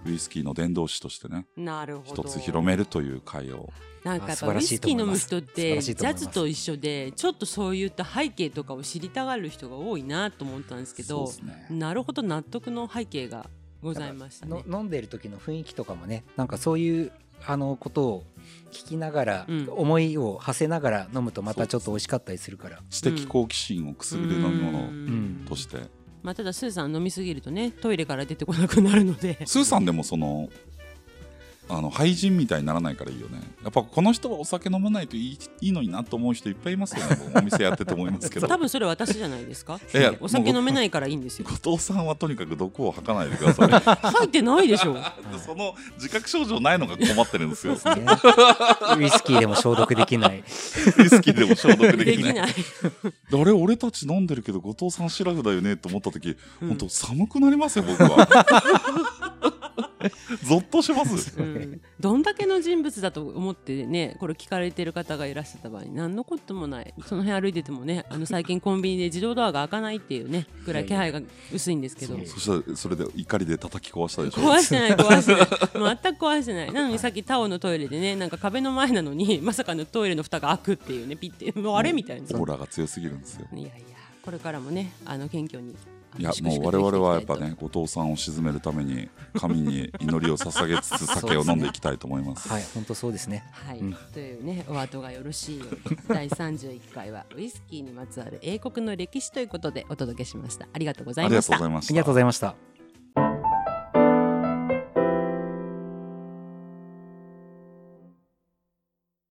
[SPEAKER 2] ウイスキーの伝道師としてね
[SPEAKER 1] なるほど
[SPEAKER 2] 一つ広めるという会を
[SPEAKER 1] なんかやっぱ
[SPEAKER 3] あ素晴
[SPEAKER 1] ウ
[SPEAKER 3] ら
[SPEAKER 1] イ
[SPEAKER 3] しい
[SPEAKER 1] ス
[SPEAKER 3] と
[SPEAKER 1] キー
[SPEAKER 3] 思い
[SPEAKER 1] 飲む
[SPEAKER 3] ます
[SPEAKER 1] 人っ
[SPEAKER 3] 素晴
[SPEAKER 1] て
[SPEAKER 3] らし
[SPEAKER 1] ジ
[SPEAKER 3] いと思い
[SPEAKER 1] ャ
[SPEAKER 3] ます
[SPEAKER 1] ズと一緒でちょっとそういった背景とかを知りたがる人が多いなと思ったんですけど
[SPEAKER 2] そうですね
[SPEAKER 1] なるほど納得の背景がございましたね
[SPEAKER 3] の。飲んでる時の雰囲気とかもねなんかそういうあのことを聞きながら、
[SPEAKER 1] うん
[SPEAKER 3] 思いを馳せながら飲むとまたちょっと美味しかったりするから
[SPEAKER 2] 知的好奇心をくすぐる飲み
[SPEAKER 1] う
[SPEAKER 2] 物
[SPEAKER 1] ん
[SPEAKER 2] として、
[SPEAKER 1] まあ、ただスーさん飲みすぎるとねトイレから出てこなくなるので
[SPEAKER 2] スーさんでもそのあの廃人みたいにならないからいいよねやっぱこの人はお酒飲まないといいいいのになと思う人いっぱいいますよ ねお店やってて思いますけど
[SPEAKER 1] 多分それ私じゃないですか
[SPEAKER 2] いや
[SPEAKER 1] お酒
[SPEAKER 2] もう
[SPEAKER 1] 飲めないからいいんですよ
[SPEAKER 2] 後藤さんはとにかく毒を吐かないでください
[SPEAKER 1] 入ってないでしょ
[SPEAKER 2] その自覚症状ないのが困ってるんですよ
[SPEAKER 3] ねウイスキーでも消毒できない
[SPEAKER 2] ウイスキーでも消毒で
[SPEAKER 1] で
[SPEAKER 2] き
[SPEAKER 1] き
[SPEAKER 2] ない
[SPEAKER 1] ない、
[SPEAKER 2] であれ俺たち飲んでるけど後藤さんシラフだよねと思った時、
[SPEAKER 1] うん
[SPEAKER 2] 本当寒くなりますよ僕はゾッとします
[SPEAKER 1] うん どんだけの人物だと思ってねこれ聞かれてる方がいらっしゃった場合何のこともないその辺歩いててもねあの最近コンビニで自動ドアが開かないっていうねぐらい気配が薄いんですけど
[SPEAKER 3] そう
[SPEAKER 2] そしたらそれで怒りで叩き壊したでしょ
[SPEAKER 1] 壊してない壊してない全く壊してないなのにさっきタオのトイレでねなんか壁の前なのに まさかのトイレの蓋が開くっていうねピッてもうあれみたいな
[SPEAKER 2] オーラが強すぎるんですよ
[SPEAKER 1] いやいやこれからもねあの謙虚にあの
[SPEAKER 2] いや
[SPEAKER 1] 粛々
[SPEAKER 2] もう
[SPEAKER 1] と生きていき
[SPEAKER 2] 我
[SPEAKER 1] たいと
[SPEAKER 2] 々はやっぱね後藤さんを鎮めるために神に祈りを捧げつつ酒を飲んでいきたいと思います
[SPEAKER 3] はい本当そうですね
[SPEAKER 1] はい、
[SPEAKER 3] うん
[SPEAKER 1] というねお後がよろしいように第31回はウイスキーにまつわる英国の歴史ということでお届けしましたありがとうござ
[SPEAKER 2] あ
[SPEAKER 1] い
[SPEAKER 2] り
[SPEAKER 1] ま
[SPEAKER 2] が
[SPEAKER 1] し
[SPEAKER 2] と
[SPEAKER 1] た
[SPEAKER 2] うございま
[SPEAKER 3] あ
[SPEAKER 2] し
[SPEAKER 3] りが
[SPEAKER 2] た
[SPEAKER 3] とうございました